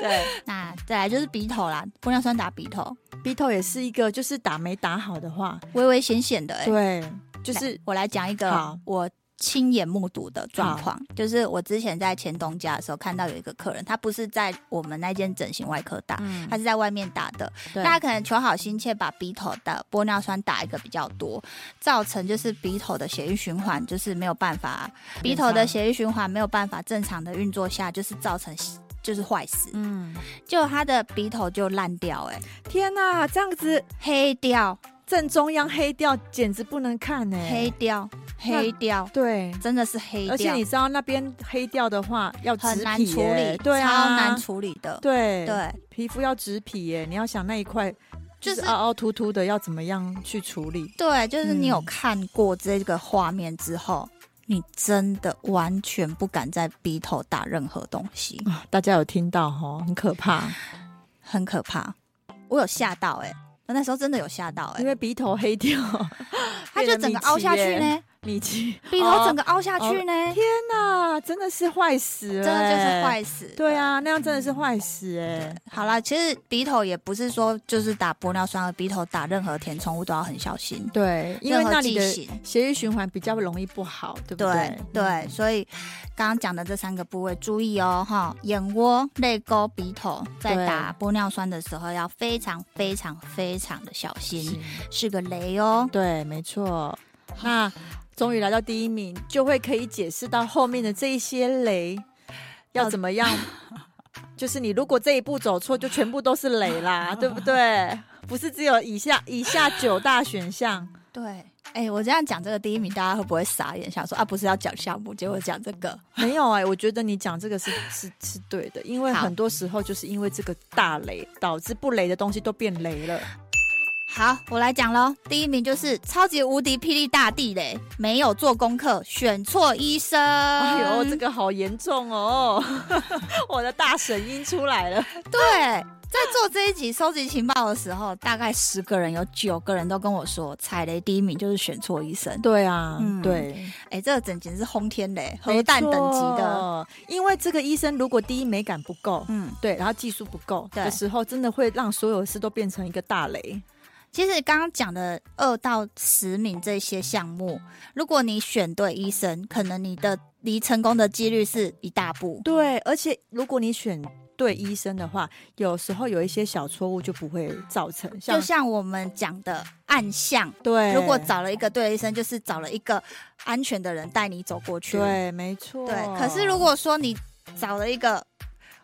S2: 对，
S1: 那再来就是鼻头啦，玻尿酸打鼻头，
S2: 鼻头也是一个，就是打没打好的话，
S1: 微微显显的、欸，
S2: 对，就
S1: 来
S2: 是
S1: 我来讲一个
S2: 好
S1: 我亲眼目睹的状况，就是我之前在前东家的时候看到有一个客人，他不是在我们那间整形外科打。
S2: 嗯
S1: 他是在外面打的，
S2: 对
S1: 那他可能求好心切，把鼻头的玻尿酸打一个比较多，造成就是鼻头的血液循环就是没有办法，鼻头的血液循环没有办法正常的运作下，就是造成就是坏死，
S2: 嗯，
S1: 结果他的鼻头就烂掉、欸，哎，
S2: 天哪、这样子
S1: 黑掉，
S2: 正中央黑掉，简直不能看呢、
S1: 黑掉，黑掉，
S2: 对，
S1: 真的是黑掉，
S2: 而且你知道那边黑掉的话要植
S1: 很
S2: 皮、
S1: 难处理
S2: 耶，对啊，
S1: 超难处理的。
S2: 对
S1: 对，
S2: 皮肤要植皮耶，你要想那一块
S1: 就是
S2: 是凹凹凸凸的，要怎么样去处理？
S1: 对，就是你
S2: 嗯
S1: 有看过这个画面之后，你真的完全不敢在鼻头打任何东西，
S2: 啊大家有听到哈，很可 怕，
S1: 很可怕。我有吓到哎、欸我那时候真的有吓到哎、
S2: 因
S1: 欸
S2: 为鼻头黑 掉，
S1: 它就整个凹下去呢，
S2: 米奇，
S1: 鼻头整
S2: 个
S1: 个凹下去呢，
S2: 哦那真的是坏死
S1: 真
S2: 了，
S1: 的嗯就是。坏死。
S2: 对。啊，那样真的是坏死哎
S1: 对。，好啦，其实鼻头也不是说就是打玻尿酸，鼻头打任何填充物都要很小心，
S2: 对，因为
S1: 任何
S2: 那里的
S1: 剂型
S2: 血液循环比较容易不好，对不
S1: 对对，
S2: 嗯
S1: 所以刚刚讲的这三个部位注意哦，哈，眼窝、泪沟、鼻头，在
S2: 对
S1: 打玻尿酸的时候要非常非常非常的小
S2: 是
S1: 心，是个雷哦。
S2: 对，没错。那终于来到第一名，就会可以解释到后面的这一些雷要 怎么样。就是你如果这一步走错，就全部都是雷 啦，对不对？不是只有以下以下九大选 项。
S1: 对，哎，我这样讲这个第一名，大家会不会傻眼，想说啊，不是要讲项目，结果讲这个？
S2: 没有哎、我觉得你讲这个是是是对的，因为
S1: 好
S2: 很多时候就是因为这个大雷，导致不雷的东西都变雷了。
S1: 好，我来讲喽。第一名就是超级无敌霹雳大地雷，没有做功课，选错医生。
S2: 哎呦，这
S1: 个
S2: 个好严重哦！ 我的大神音出来了。
S1: 对。在做这一集收集情报的时候，大概十个人有九个人都跟我说，踩雷第一名就是选错医生。
S2: 对啊
S1: 嗯
S2: 对。
S1: 哎、这个整简直是轰天雷，核弹等级的。
S2: 没错。因为这个医生如果第一美感不够，
S1: 嗯，
S2: 对，然后技术不够
S1: 对
S2: 的时候，真的会让所有事都变成一个大雷。
S1: 其实刚刚讲的二到十名这些项目，如果你选对医生，可能你的离成功的几率是一大步。
S2: 对，而且如果你选对医生的话，有时候有一些小错误就不会造成。像
S1: 就像我们讲的暗巷，
S2: 啊对，
S1: 如果找了一个对的医生，就是找了一个安全的人带你走过去。
S2: 对，没错，
S1: 对可是如果说你找了一个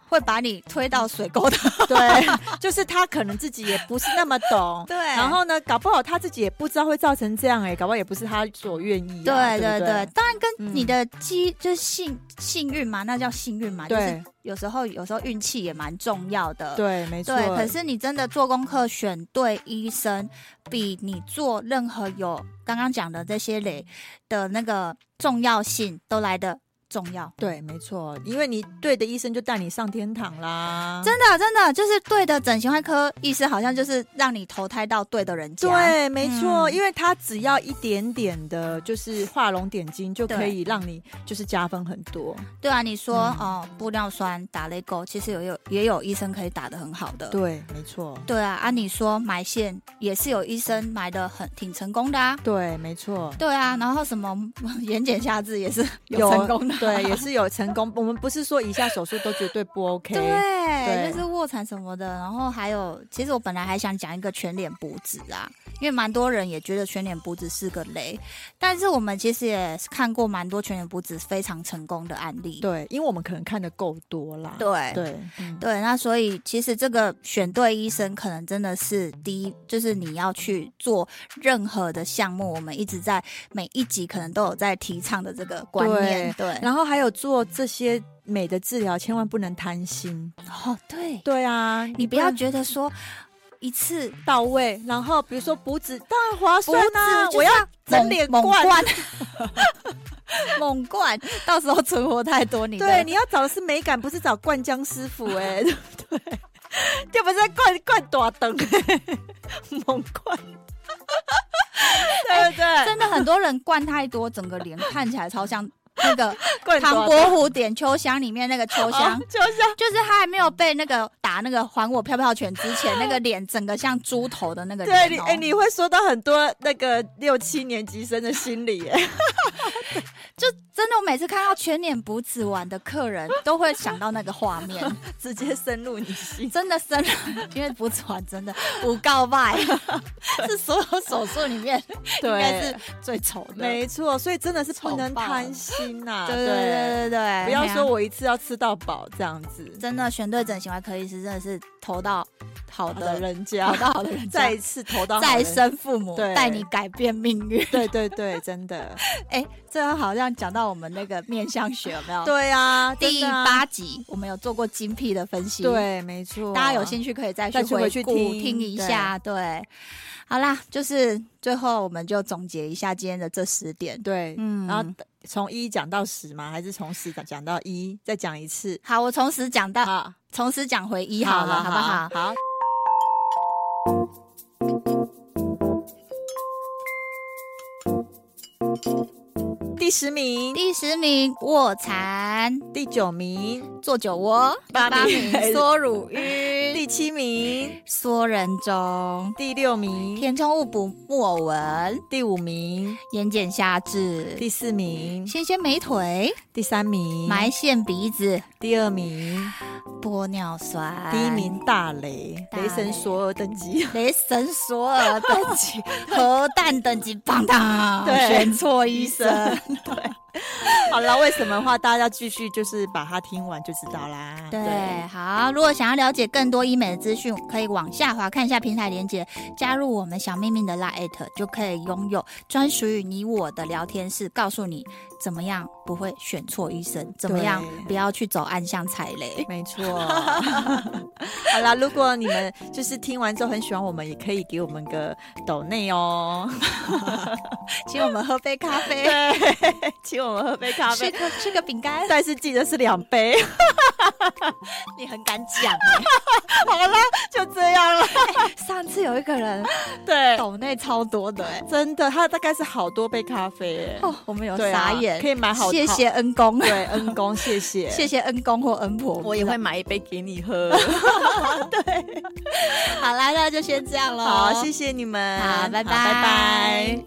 S1: 会把你推到水沟的，
S2: 对， 就是他可能自己也不是那么懂
S1: 。对，
S2: 然后呢？搞不好他自己也不知道会造成这样哎、搞不好也不是他所愿意、
S1: 对
S2: 啊。对
S1: 对
S2: 不
S1: 对，当然跟
S2: 嗯
S1: 你的机、就是幸幸运嘛，那叫幸运嘛，就是
S2: 对
S1: 有时候有时候运气也蛮重要的。
S2: 对，没错。
S1: 对，可是你真的做功课选对医生，比你做任何有刚刚讲的这些类的那个重要性都来的重要。
S2: 对，没错，因为你对的医生就带你上天堂啦。
S1: 真的，真的就是对的整形外科医师，好像就是让你投胎到对的人家。
S2: 对，没错，
S1: 嗯
S2: 因为它只要一点点的，就是画龙点睛，就可以让你就是加分很多。
S1: 对啊，你说
S2: 嗯
S1: 哦，玻尿酸打泪沟，其实也有也有医生可以打的很好的。
S2: 对，没错，
S1: 对啊，啊，你说埋线也是有医生埋的很挺成功的啊。
S2: 对，没错。
S1: 对啊，然后什么 眼睑下至也是有
S2: 有
S1: 成功的啊，
S2: 对，也是有成功。我们不是说以下手术都绝对不 OK，
S1: 对，
S2: 对
S1: 就是卧蚕什么的，然后还有，其实我本来还想讲一个全脸补脂啊，因为蛮多人也觉得全脸补脂是个雷，但是我们其实也看过蛮多全脸补脂非常成功的案例。
S2: 对，因为我们可能看的够多啦。
S1: 对
S2: 对嗯
S1: 对那所以其实这个选对医生，可能真的是第一，就是你要去做任何的项目，我们一直在每一集可能都有在提倡的这个观念。对，
S2: 然后还有做这些美的治疗，千万不能贪心。
S1: 哦，对，
S2: 对啊，
S1: 你不要觉得说一次
S2: 得到位，然后比如说补脂，当然划
S1: 不
S2: 算啊，我要整脸
S1: 猛
S2: 灌。
S1: 灌，猛灌，到时候存活太多你的
S2: 对，你要找的是美感，不是找灌浆师 傅哎、对 不对？就不是在灌灌大灯、 猛 灌，对不 对？
S1: 真的很多人灌太多，整个脸看起来超像那个
S2: 灌
S1: 唐
S2: 大
S1: 伯
S2: 灯
S1: 虎点秋香里面那个秋香
S2: 哦。就像
S1: 就是他还没有被那个打那个还我飘飘拳之前，那个脸整个像猪头的那个脸、
S2: 对
S1: 哦。
S2: 你哎、你会说到很多那个六七年级生的心理哎、
S1: 真的，我每次看到全脸补脂完的客人，都会想到那个画 面，
S2: 直接深入你心。
S1: 真的生了，因为补脂完真的无告 白，是所有手术里面应该是最丑的。
S2: 没错，所以真的是不能
S1: 丑爆了
S2: 贪心呐、
S1: 对对对对对，
S2: 不要
S1: 嘿啊
S2: 说我一次要吃到饱这样子，
S1: 真的选对整形外科医师真的是投到好
S2: 好的
S1: 的，
S2: 人
S1: 好
S2: 家
S1: 到好的人家
S2: 再一次投到好
S1: 再
S2: 人。
S1: 生父母，
S2: 对
S1: 带你改变命运。
S2: 对对对，真的，
S1: 哎，这好像讲到我们那个面相学有没有？，
S2: 对啊，
S1: 第
S2: 真的啊
S1: 八集我们有做过精辟的分析，，
S2: 对，没错，
S1: 大家有兴趣可以再去
S2: 再去回去
S1: 顾
S2: 听
S1: 听一下。对，好啦，就是最后我们就总结一下今天的这十点。
S2: 对，
S1: 嗯，
S2: 然后从一讲到十吗？还是从十讲讲到一，再讲一次？
S1: 好，我从十讲到
S2: 好，
S1: 从十讲回一好了，好不好？
S2: 好，第十名，
S1: 第十名卧蚕，
S2: 第九名，
S1: 做酒窝，
S2: 嗯八
S1: 八
S2: 名
S1: 名缩乳 晕，
S2: 第七名，
S1: 缩人中，
S2: 第六名，
S1: 填充物补木偶纹，
S2: 第五名，
S1: 眼睑下至，
S2: 第四名，
S1: 纤纤美腿，
S2: 第三名，
S1: 埋线鼻子，
S2: 第二名，
S1: 玻尿酸，
S2: 第一名大雷，
S1: 哎大
S2: 雷神
S1: 雷
S2: 索尔等级。
S1: 雷神索尔等级，核弹等级，棒当，
S2: 对
S1: 选错医生，
S2: 好了，为什么的话，大家继续就是把它听完就知道啦。
S1: 啊对，好，如果想要了解更多医美的资讯，可以往下滑看一下平台连接，加入我们小秘密的 Line，就可以拥有专属于你我的聊天室，告诉你怎么样不会选错医生，怎么样
S2: 对
S1: 不要去走暗巷踩雷。
S2: 没错。 好啦，如果你们就是听完之后很喜欢我们，也可以给我们个抖内哦。
S1: 请我们喝杯咖啡，
S2: 对， 请我们喝杯咖
S1: 吃
S2: 啡，
S1: 个吃个饼干，
S2: 但是记得是两杯。
S1: 你很敢讲欸、
S2: 好啦，就这样了。
S1: 上次有一个人
S2: 对，
S1: 抖内超多的、欸，
S2: 真的，它大概是好多杯咖啡。
S1: 哦，我们有
S2: 对啊
S1: 傻眼，
S2: 可以买好
S1: 谢谢恩公，
S2: 对，恩公，谢 谢，
S1: 谢谢恩公或恩婆，
S2: 我也会买一杯给你喝。
S1: 好啦，那就先这样喽，
S2: 好，谢谢你们，
S1: 好拜
S2: 哦拜
S1: 拜
S2: 拜。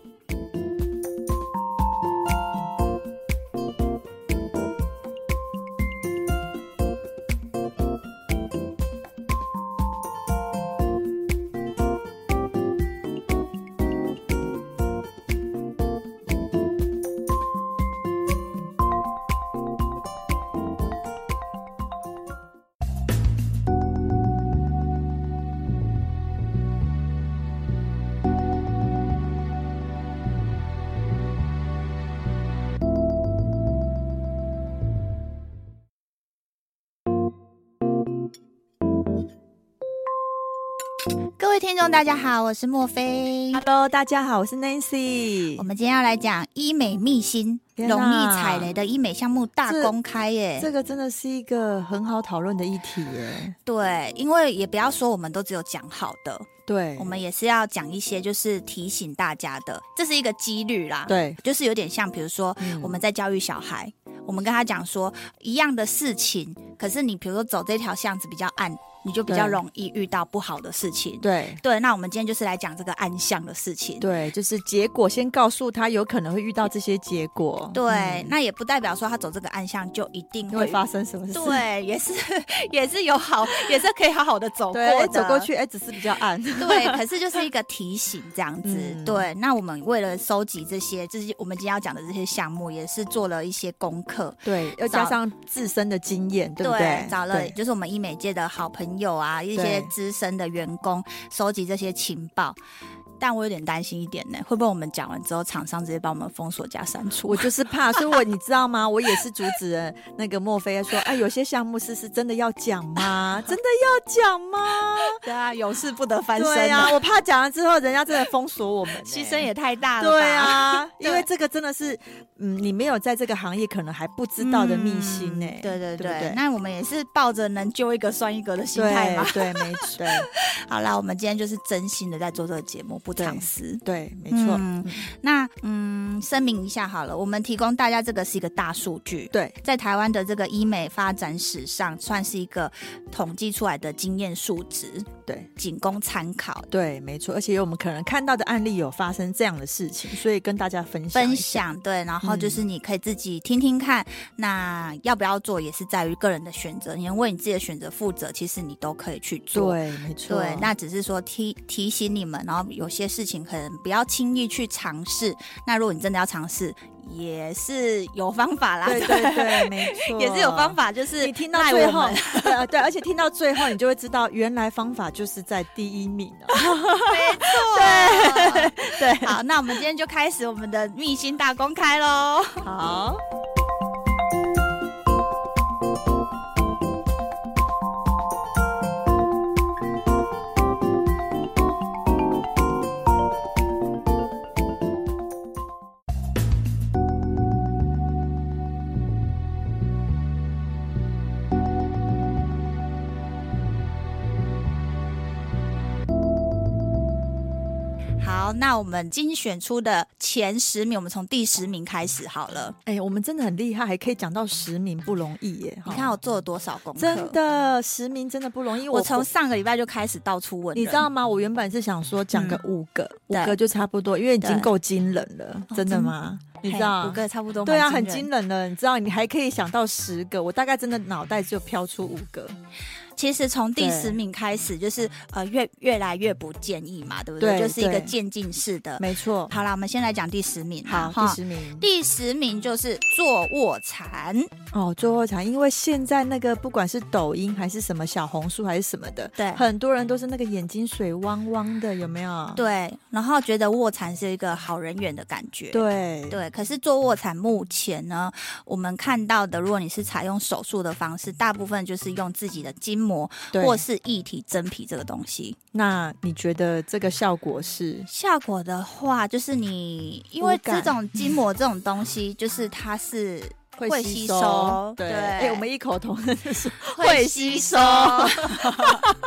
S1: 位听众大家好，我是莫菲。
S2: Hello，大家好，我是 Nancy
S1: 我。们今天要来讲医美秘辛，
S2: 天哪
S1: 容易踩雷的医美项目大公开耶！
S2: 这个真的是一个很好讨论的议题耶。
S1: 对，因为也不要说我们都只有讲好的，
S2: 对，
S1: 我们也是要讲一些就是提醒大家的，这是一个几率啦。，
S2: 对，
S1: 就是有点像，比如说
S2: 嗯
S1: 我们在教育小孩，我们跟他讲说一样的事情，可是你比如说走这条巷子比较暗，你就比较
S2: 对
S1: 容易遇到不好的事情。
S2: 对
S1: 对，那我们今天就是来讲这个暗巷的事情。
S2: 对，就是结果先告诉他有可能会遇到这些结果。
S1: 对，
S2: 嗯
S1: 那也不代表说他走这个暗巷就一定
S2: 会
S1: 会
S2: 发生什么事？
S1: 对，也是也是有好，也是可以好好的走过
S2: 对，哎
S1: 的，
S2: 走过。去，哎，只是比较 暗。
S1: 对，可是就是一个提醒这样子。
S2: 嗯
S1: 对，那我们为了收集这些，就是我们今天要讲的这些项目，也是做了一些功课。
S2: 对，要加
S1: 找
S2: 上自身的经验，对不
S1: 找了
S2: 对
S1: 就是我们医美界的好朋友啊，一些
S2: 对
S1: 资深的员工，收集这些情报。但我有点担心一点呢，会不会我们讲完之后，厂商直接把我们封锁加删除
S2: 我？就是怕，所以我你知道吗？我也是阻止了那个墨菲说，哎，有些项目是是真的要讲吗？真的要讲吗？
S1: 对啊，有事不得翻
S2: 对
S1: 啊
S2: 啊，，我怕讲了之后，人家真的封锁我们、欸
S1: 牺牲。也太大了吧。
S2: 对 啊，
S1: 对
S2: 因为这个真的是，嗯，你没有在这个行业，可能还不知道的秘辛欸呢、
S1: 嗯对对
S2: 对
S1: 对，
S2: 不对
S1: 那我们也是抱着能救一个算一个的心态嘛
S2: 对。对，没错，
S1: 好啦，我们今天就是真心的在做这个节目，不藏私。
S2: 对没错，
S1: 嗯
S2: 嗯
S1: 那嗯，声明一下好了，我们提供大家这个是一个大数据，
S2: 对
S1: 在台湾的这个医美发展史上，算是一个统计出来的经验数值，
S2: 对
S1: 仅供参考。
S2: 对，没错。而且有我们可能看到的案例有发生这样的事情，所以跟大家分享一嗯
S1: 分
S2: 下。
S1: 享对，然后就是你可以自己听听看，那要不要做也是在于个人的选择，你能为你自己的选择负责，其实你都可以去做。
S2: 对，没错。
S1: 对，那只是说提提醒你们，然后有些事情可能不要轻易去尝试。那如果你真的要尝试，也是有方法啦，
S2: 对对对，没错，
S1: 也是有方。法，就是
S2: 你听到
S1: 赖
S2: 最
S1: 我
S2: 后
S1: 们，
S2: 对呃对，而且听到最后，你就会知道原来方法就是在第一名啊。
S1: 对
S2: 对，
S1: 好，那我们今天就开始我们的秘辛大公开 喽。
S2: 好，
S1: 好，那我们精选出的前十名，我们从第十名开始好了。
S2: 哎，我们真的很厉害，还可以讲到实名，不容易耶。
S1: 你
S2: 哈
S1: 看我做了多少功课？
S2: 真，的实名真的不容易，
S1: 我从上个礼拜就开始到处问人，
S2: 你知道吗？我原本是想说讲个五个，五
S1: 嗯对
S2: 个就差不多，因为已经
S1: 对哦
S2: 够惊人了，真的吗？你知
S1: 嘿
S2: 道
S1: 五？个差不多，
S2: 对啊，很惊。人了。你知道，你还可以想到十个，我大概真的脑袋就飘出五个。
S1: 其实从第
S2: 对
S1: 十名开始，就是呃越越来越不建议嘛，对不
S2: 对
S1: 就是一个
S2: 对
S1: 渐进式的。
S2: 没错，
S1: 好啦，我们先来讲第十名
S2: 好
S1: 啦。，
S2: 第
S1: 哈
S2: 十名。
S1: 第十名就是坐卧蚕，
S2: 哦，最后讲，因为现在那个不管是抖音还是什么小红书还是什么的，
S1: 对
S2: 很多人都是那个眼睛水汪汪的，有没有？
S1: 对，然后觉得卧蚕是一个好人缘的感觉。。
S2: 对
S1: 对，可是坐卧蚕目前呢，我们看到的，如果你是采用手术的方式，大部分就是用自己的筋膜
S2: 对
S1: 或是一体真皮这个东西。
S2: 那你觉得这个效果是？
S1: 效果的话，就是你因
S2: 无
S1: 为
S2: 感
S1: 这种筋膜这种东西，就是它 是会吸收
S2: 对，
S1: 对
S2: 哎、我们异口同声 地说，
S1: 会吸收。对，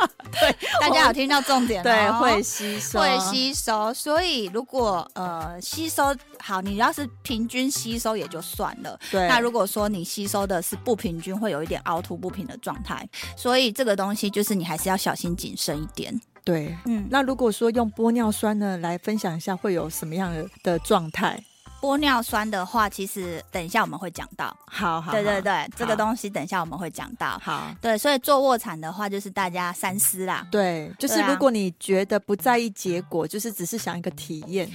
S1: 大家有听到重点、哦？
S2: 对，会吸收，
S1: 会吸收。所以如果呃吸收好，你要是平均吸收也就算了。
S2: 对，
S1: 那如果说你吸收的是不平均，会有一点凹凸不平的状态，所以这个东西就是你还是要小心谨慎一点。
S2: 对。
S1: 嗯，
S2: 那如果说用玻尿酸呢，来分享一下会有什么样的的状态？
S1: 玻尿酸的话，其实等一下我们会讲到。
S2: 好好，
S1: 对对
S2: 好，
S1: 对，这个东西等一下我们会讲到。
S2: 好，
S1: 对，所以做卧蚕的话，就是大家三思啦。
S2: 对，就是
S1: 对啊
S2: 如果你觉得不在意结果，就是只是想一个体验，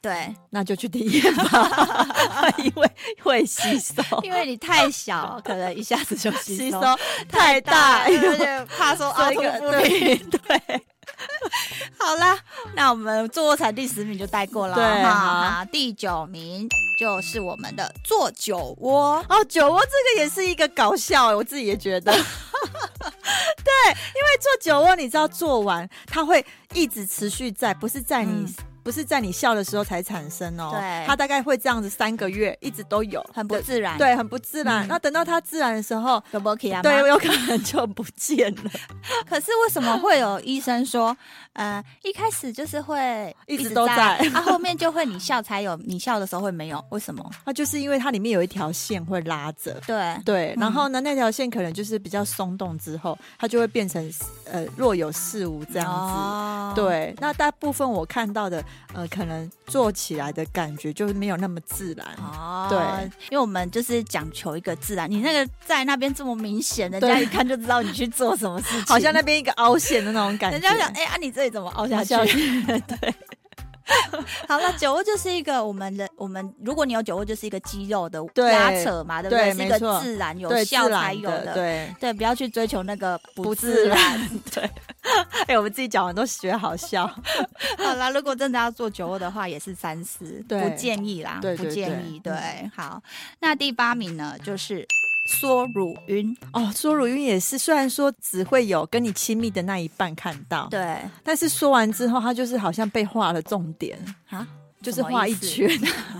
S1: 对，
S2: 那就去体 验吧，因为会吸 收，
S1: 因为你太小，可能一下子就吸收。
S2: 太大，因
S1: 有
S2: 为
S1: 点怕说凹
S2: 这
S1: 凸
S2: 个
S1: 不平。
S2: 对对
S1: 好啦，那我们坐卧蚕第十名就带过了，
S2: 对
S1: 哈哈第九名就是我们的坐酒窝。
S2: 哦，酒窝这个也是一个搞笑，我自己也觉得，做酒窝，你知道做完它会一直持续在，不是在你、
S1: 嗯
S2: 不是在你笑的时候才产生哦，
S1: 对
S2: 它大概会这样子三个月一直都有，
S1: 很不自然。，
S2: 对，很不自然。
S1: 嗯
S2: 那、等到它自然的时候，
S1: 有 b o k 啊？
S2: 对，有可能就不见 了，
S1: 可是为什么会有医生说，呃，一开始就是会
S2: 一直
S1: 直
S2: 都在
S1: 在，啊，后面就会你笑才有，你笑的时候会没有，为什么？
S2: 那就是因为它里面有一条线会拉着。
S1: 对，
S2: 对，
S1: 嗯
S2: 然后呢，那条线可能就是比较松动之后，它就会变成呃若有似无这样子。
S1: 哦，
S2: 对，那大部分我看到的，呃，可能做起来的感觉就是没有那么自然。
S1: 哦，
S2: 对，
S1: 因为我们就是讲求一个自然，你那个在那边这么明显，人
S2: 对
S1: 家一看就知道你去做什么事情，
S2: 好像那边一个凹陷的那种感觉。
S1: 人 家想，哎、啊，你这里怎么凹下 去？好了，酒窝就是一个我们的，我们如果你有酒窝，就是一个肌肉的
S2: 对
S1: 拉扯嘛，对不对？
S2: 对
S1: 是一
S2: 没
S1: 个
S2: 错
S1: 自然有
S2: 对
S1: 效
S2: 自
S1: 才
S2: 然
S1: 有
S2: 的，
S1: 的。
S2: 对，
S1: 对，不要去追求那个不
S2: 不
S1: 自
S2: 自
S1: 然。
S2: 对。哎、我们自己讲完都觉得好笑。
S1: 好啦，如果真的要做酒窝的话，也是三思，
S2: 对
S1: 不建议啦，
S2: 对
S1: 不
S2: 对
S1: 建
S2: 对嗯
S1: 议。对，好，那第八名呢，就是缩乳晕。
S2: 哦，说乳晕也是，虽然说只会有跟你亲密的那一半看到，
S1: 对
S2: 但是说完之后，它就是好像被画了重点，
S1: 啊，
S2: 就是
S1: 什么
S2: 画一
S1: 意思
S2: 圈，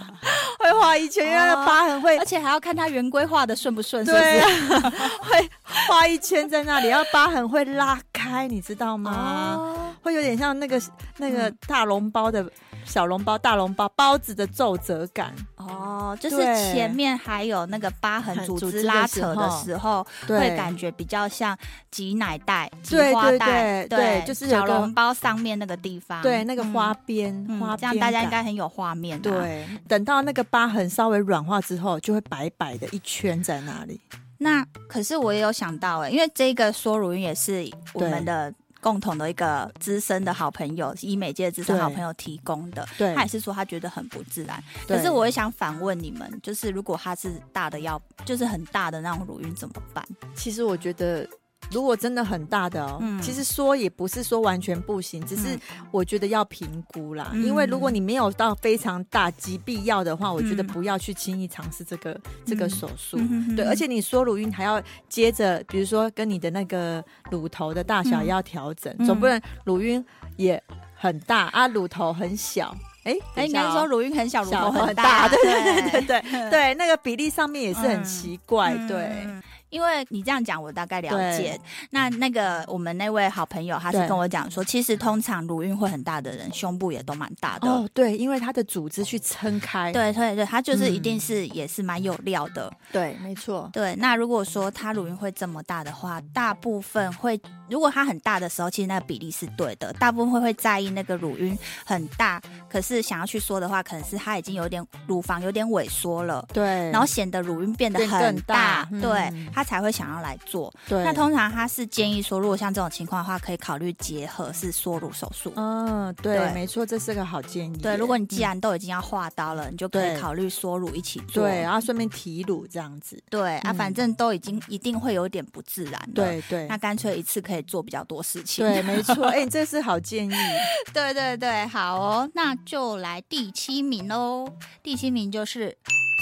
S2: 会画一圈，因为那
S1: 哦
S2: 个疤痕会
S1: 而且还要看它圆规画的顺不顺，是不
S2: 对
S1: 是？
S2: 啊， 会画一圈在那里，然后疤痕会拉开，你知道吗？
S1: 哦，
S2: 会有点像那个那个大笼包的小笼包、大笼包包子的皱褶感，
S1: 哦，就是
S2: 对
S1: 前面还有那个疤痕
S2: 很
S1: 组
S2: 组
S1: 织
S2: 织的
S1: 拉
S2: 时
S1: 扯的
S2: 候
S1: 时候，会
S2: 对，
S1: 感觉比较像挤奶袋、挤
S2: 对
S1: 花
S2: 对
S1: 袋，
S2: 对对就是有
S1: 小
S2: 个
S1: 笼包上面那个地方，
S2: 对那个
S1: 嗯
S2: 花边、
S1: 嗯
S2: 花边感，
S1: 这样大家应该很有画面、啊。，
S2: 对。等到那个疤痕稍微软化之后，就会白白的一圈在那里。
S1: 那可是我也有想到哎、因为这个说如云也是我
S2: 对
S1: 们的共同的一个资深的好朋友，医美界的资深
S2: 对
S1: 好朋友提供的。
S2: 对
S1: 他也是说他觉得很不自然，
S2: 对
S1: 可是我也想反问你们，就是如果他是大的要，就是很大的那种乳晕怎么办？
S2: 其实我觉得，如果真的很大的哦，
S1: 嗯
S2: 其实说也不是说完全不行，只是
S1: 嗯
S2: 我觉得要评估啦。
S1: 嗯
S2: 因为如果你没有到非常大及必要的话，我觉得
S1: 嗯
S2: 不要去轻易尝试这个、这个手术。
S1: 嗯哼哼
S2: 对，而且你说乳晕还要接着，比如说跟你的那个乳头的大小
S1: 嗯
S2: 也要调整，
S1: 嗯
S2: 总不能乳晕也很大啊，乳头很小。哎，
S1: 哎，
S2: 等一
S1: 应
S2: 下
S1: 该是
S2: 哦
S1: 说乳晕很小，乳头
S2: 小
S1: 很
S2: 很大，
S1: 对
S2: 对对对
S1: 对
S2: 对 对对，那个比例上面也是很
S1: 嗯
S2: 奇怪，对。
S1: 嗯因为你这样讲，我大概了解
S2: 对。
S1: 那那个我们那位好朋友，他是
S2: 对
S1: 跟我讲说，其实通常乳晕会很大的人，胸部也都蛮大的。
S2: 哦，对，因为它的组织去撑开，
S1: 对对对，他就是
S2: 嗯
S1: 一定是、也是蛮有料的。
S2: 对，没错，
S1: 对，那如果说他乳晕会这么大的话，大部分会，如果他很大的时候，其实那个比例是对的，大部分会会在意那个乳晕很大，可是想要去说的话，可能是他已经有点乳房有点萎缩了。
S2: 对，
S1: 然后显得乳晕变得
S2: 变更
S1: 很
S2: 大嗯
S1: 对他才会想要来做。
S2: 对，
S1: 那通常他是建议说，如果像这种情况的话，可以考虑结合是缩乳手术。
S2: 嗯，对，
S1: 对
S2: 没错，这是个好建议。
S1: 对，如果你既
S2: 嗯
S1: 然都已经要化刀了，你就可以
S2: 对
S1: 考虑缩乳一起做。
S2: 嗯对，然后顺便提乳这样子，
S1: 对啊，
S2: 嗯
S1: 反正都已经一定会有点不自然了。，
S2: 对对
S1: 那干脆一次可以做比较多事情。
S2: 对，没 错，哎，这是好建议。
S1: 对对对，好哦，那就来第七名喽。第七名就是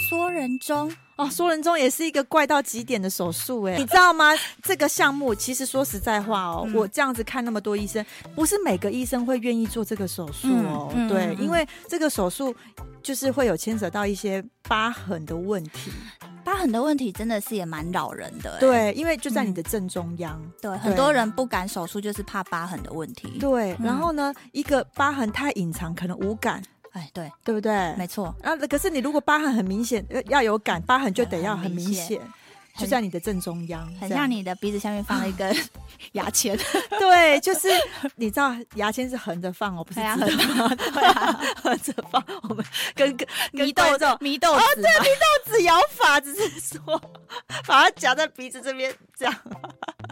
S1: 缩人中，
S2: 哦，缩人中也是一个怪到极点的手术，哎，你知道吗？这个项目其实说实在话哦，
S1: 嗯
S2: 我这样子看那么多医生，不是每个医生会愿意做这个手术哦，
S1: 嗯嗯
S2: 对
S1: 嗯，嗯
S2: 因为这个手术就是会有牵扯到一些疤痕的问题，
S1: 疤痕的问题真的是也蛮扰人的欸。
S2: 对，因为就在你的正中央。
S1: 对，很多人不敢手术就是怕疤痕的问题。
S2: 对，
S1: 嗯
S2: 然后呢，一个疤痕太隐藏，可能无感，
S1: 哎，对，
S2: 对不对？
S1: 没错，
S2: 啊，可是你如果疤痕很明显，呃要有感，疤痕就得要很明显，
S1: 很
S2: 就在你的正中央，
S1: 很
S2: 这样
S1: 像。你的鼻子下面放了一 根牙签，
S2: 对，就是你知道牙签是横着放 哦，不 是
S1: 对啊
S2: 直着放，对啊，横着放。我们跟跟
S1: 迷
S2: 跟
S1: 豆
S2: 哦豆
S1: 子
S2: 子，
S1: 迷豆子嘛，
S2: 自摇法只是说 把它夹在鼻子这边，这样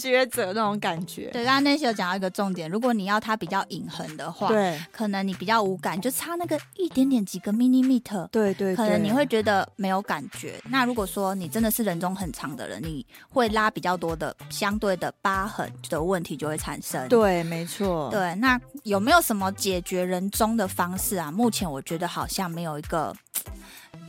S2: 撅着那种感觉。
S1: 对，刚刚那些有讲到一个重点，如果你要它比较隐痕的话，
S2: 对
S1: 可能你比较无感，就差那个一点点几个 millimeter，
S2: 对对，
S1: 可能你
S2: 对
S1: 会觉得没有感觉。那如果说你真的是人中很长的人，你会拉比较多的相对的疤痕的问题就会产生。
S2: 对，没错，
S1: 对，那有没有什么解决人中的方式啊？目前我觉得好像没有一个。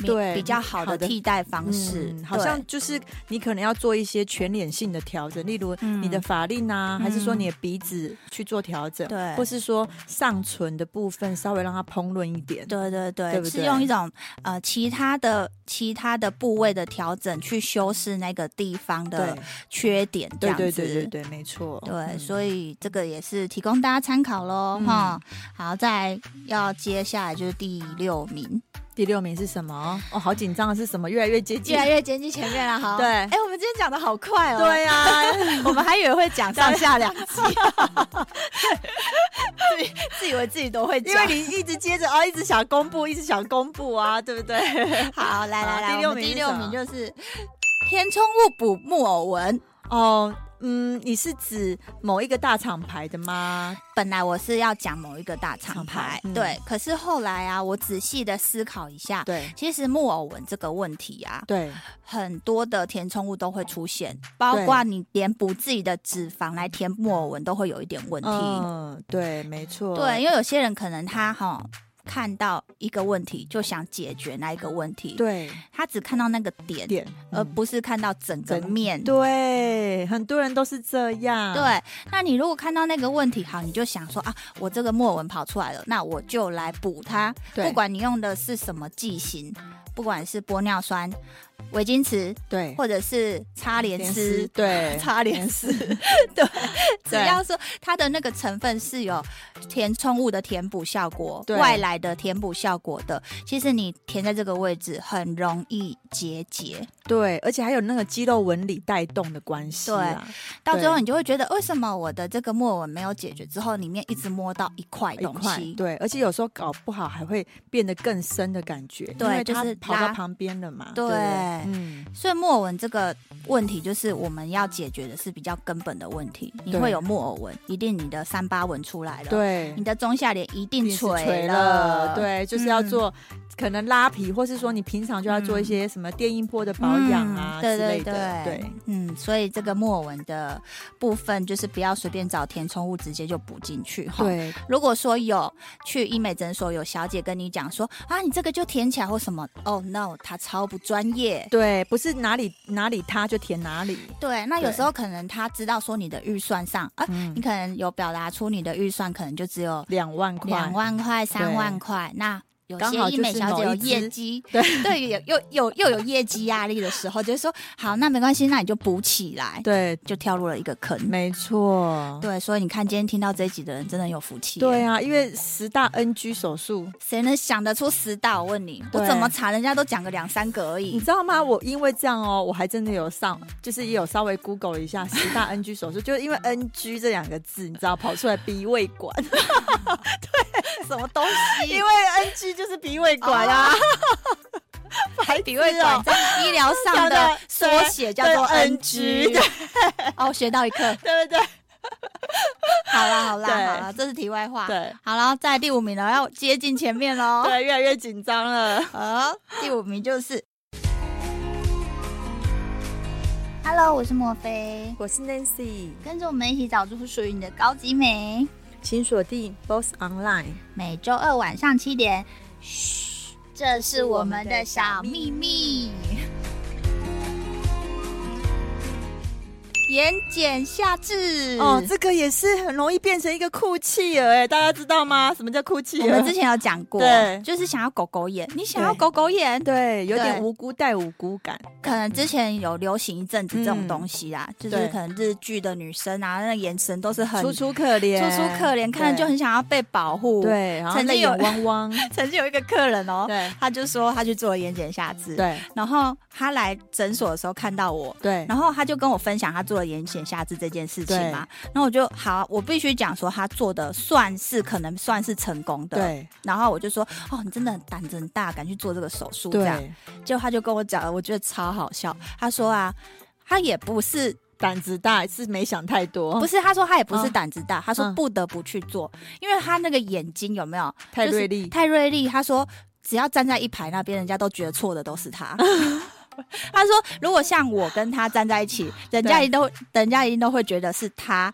S2: 对
S1: 比较好
S2: 好
S1: 的
S2: 的
S1: 替代方式，
S2: 嗯好
S1: 对
S2: 像就是你可能要做一些全脸性的调整，例如
S1: 嗯
S2: 你的法令啊，
S1: 嗯
S2: 还是说你的鼻子去做调整，
S1: 对
S2: 或是说上唇的部分稍微让它蓬润一点。
S1: 对对对，
S2: 对不
S1: 是
S2: 对
S1: 用一种呃其他的其他的部位的调整去修饰那个地方的缺点，这
S2: 对
S1: 样子。
S2: 对对对对，没错。
S1: 对
S2: 嗯
S1: 所以这个也是提供大家参考喽
S2: 嗯
S1: 哈、好，再来要接下来就是第六名，
S2: 第六名是什么？哦，好紧张，是什么？越来越接近
S1: 越。来越接近前面了，好。
S2: 对
S1: 哎、我们今天讲的好快哦。
S2: 对啊呀、
S1: 我们还以为会讲 上下两集，
S2: 啊
S1: 自己自以为自己都会
S2: 因
S1: 讲
S2: 为。你一直接着哦，一直想公布，一直想公布啊，对不对？
S1: 好，来来
S2: 好
S1: 来，
S2: 第六
S1: 我们
S2: 名
S1: 第
S2: 是
S1: 六
S2: 什
S1: 名
S2: 么
S1: 就是填充物捕木偶纹。
S2: 哦，嗯，你是指某一个大厂牌的吗？
S1: 本来我是要讲某一个大厂
S2: 厂
S1: 牌
S2: 牌，嗯
S1: 对，可是后来啊，我仔细的思考一下，
S2: 对
S1: 其实木偶纹这个问题啊，
S2: 对，
S1: 很多的填充物都会出现，包括你连补自己的脂肪来填木偶纹都会有一点问题。
S2: 嗯，对，没错，
S1: 对，因为有些人可能他哈、看到一个问题就想解决那一个问题，
S2: 对
S1: 他只看到那个点，
S2: 点，
S1: 而
S2: 嗯
S1: 不是看到整个
S2: 整
S1: 面。
S2: 对，很多人都是这样，
S1: 对，那你如果看到那个问题，好，你就想说啊，我这个墨纹跑出来了，那我就来补它。
S2: 对
S1: 不管你用的是什么剂型，不管是玻尿酸、维金池，
S2: 对，
S1: 或者是擦莲丝，
S2: 对，
S1: 擦莲丝，对，只要说它的那个成分是有填充物的填补效果、
S2: 对
S1: 外来的填补效果的，其实你填在这个位置很容易结节，
S2: 对，而且还有那个肌肉纹理带动的关系啊，
S1: 到最后
S2: 对
S1: 你就会觉得为什么我的这个墨纹没有解决之后，里面一直摸到一块
S2: 一
S1: 东
S2: 块
S1: 西，
S2: 对，而且有时候搞不好还会变得更深的感觉，
S1: 对
S2: 因为
S1: 就
S2: 它
S1: 是
S2: 跑
S1: 拉
S2: 到旁边了嘛，
S1: 对
S2: 对不对，嗯，
S1: 所以木偶纹这个问题，就是我们要解决的是比较根本的问题。你
S2: 对
S1: 会有木偶纹，一定你的三八纹出来了，，
S2: 对
S1: 你。的中下脸一定
S2: 定是
S1: 垂
S2: 垂
S1: 了，
S2: 对，就是要
S1: 嗯
S2: 做可能拉皮，或是说你平常就要做一
S1: 嗯
S2: 些什么电音波的保养啊
S1: 嗯对
S2: 之
S1: 对
S2: 类
S1: 对
S2: 的，对，
S1: 嗯，所以这个木偶纹的部分，就是不要随便找填充物直接就补进去哈。
S2: 对，
S1: 如果说有去医美诊所有小姐跟你讲说啊，你这个就填起来或什么，哦、no，她超不专业。
S2: 对，不是哪里哪里塌就填哪里。
S1: 对，那有
S2: 对
S1: 时候可能她知道说你的预算上，啊，
S2: 嗯
S1: 你，可能有表达出你的预算可能就只有
S2: 两万块，
S1: 两万块、三万块，那。有
S2: 刚好
S1: 些医美
S2: 就是
S1: 小姐有
S2: 某一支
S1: 业绩，
S2: 对
S1: 对，有又有又有业绩压力的时候，就会说好，那没关系，那你就补起来，
S2: 对，
S1: 就跳入了一个坑。
S2: 没错，
S1: 对，所以你看，今天听到这一集的人真的有福气。
S2: 对，啊，因为十大 NG 手术，
S1: 谁能想得出十道？我问你，
S2: 对
S1: 我怎么查？人家都讲个两三个而
S2: 你
S1: 已。
S2: 知道吗？我因为这样哦，我还真的有上，就是也有稍微 Google 了一下十大 NG 手术，就是因为 NG 这两个字，你知道跑出来鼻胃管，对，什么东西？嗯因为 NG 就是鼻胃管啊，
S1: 还比会管在哦医疗上的缩写叫做
S2: 对
S1: NG。哦， 学到一课。
S2: 对不对？
S1: 好啦，好啦，
S2: 对
S1: 好啦，这是题外话。
S2: 对
S1: 好了，在第五名了，要接近前面喽。
S2: 对，越来越紧张了。
S1: 好，第五名就是。Hello，我是莫菲，
S2: 我是 Nancy，
S1: 跟着我们一起找出属于你的高级美。
S2: 请锁定 Boss Online。
S1: 每周二晚上七点，嘘，这是我们的小秘密。眼睑下至
S2: 哦，这个也是很容易变成一个酷气儿哎，大家知道吗？什么叫酷气
S1: 我们之
S2: 儿？
S1: 前有讲过，
S2: 对
S1: 就是想要狗狗眼，你想要
S2: 对
S1: 狗狗眼，
S2: 对，有点
S1: 对
S2: 无辜带无辜感。
S1: 可能之前有流行一阵子这种东西啦，就是
S2: 嗯对
S1: 可能日剧的女生啊，那眼神都是很
S2: 楚楚可怜，
S1: 楚楚可怜，看着就很想要被保护。
S2: 对，，对然后
S1: 曾经
S2: 泪
S1: 有
S2: 眼汪汪，
S1: 曾经有一个客人 哦，
S2: 对
S1: 他就说他去做了眼睑下至，，
S2: 对
S1: 然后他来诊所的时候看到我，
S2: 对
S1: 然后他就跟我分享他做了眼睑下至这件事情嘛，然后我就好，我必须讲说他做的算是可能算是成功的，。
S2: 对
S1: 然后我就说，哦，你真的很胆子很大，敢去做这个手术这样。
S2: 对，
S1: 结果他就跟我讲了，我觉得超好笑。他说啊，他也不是
S2: 胆子大是没想太多，
S1: 不是，他说他也不是
S2: 哦嗯
S1: 胆子大，他说
S2: 嗯
S1: 不得不去做，因为他那个眼睛有没有
S2: 太
S1: 就是
S2: 锐利，
S1: 太锐利？他说只要站在一排那边，人家都觉得错的都是 他。他说如果像我跟他站在一起，人家一定都人家一定都会觉得是他。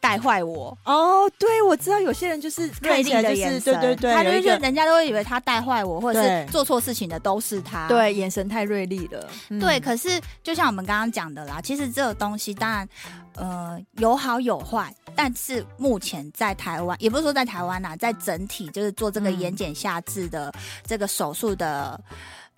S1: 带坏我。
S2: 哦，对，我知道有些人就是看
S1: 锐
S2: 起
S1: 利
S2: 来
S1: 的
S2: 就
S1: 眼
S2: 是
S1: 神，
S2: 对对对，
S1: 他就
S2: 有
S1: 是
S2: 一
S1: 觉
S2: 个
S1: 得人家都会以为他带坏我，或者
S2: 对
S1: 是做错事情的都是他。
S2: 对眼神太锐利了。嗯
S1: 啊对，可是就像我们刚刚讲的啦，其实这个东西当然，呃，有好有坏，但是目前在台湾，也不是说在台湾啦，在整体就是做这个
S2: 嗯
S1: 眼睑下至的这个手术的。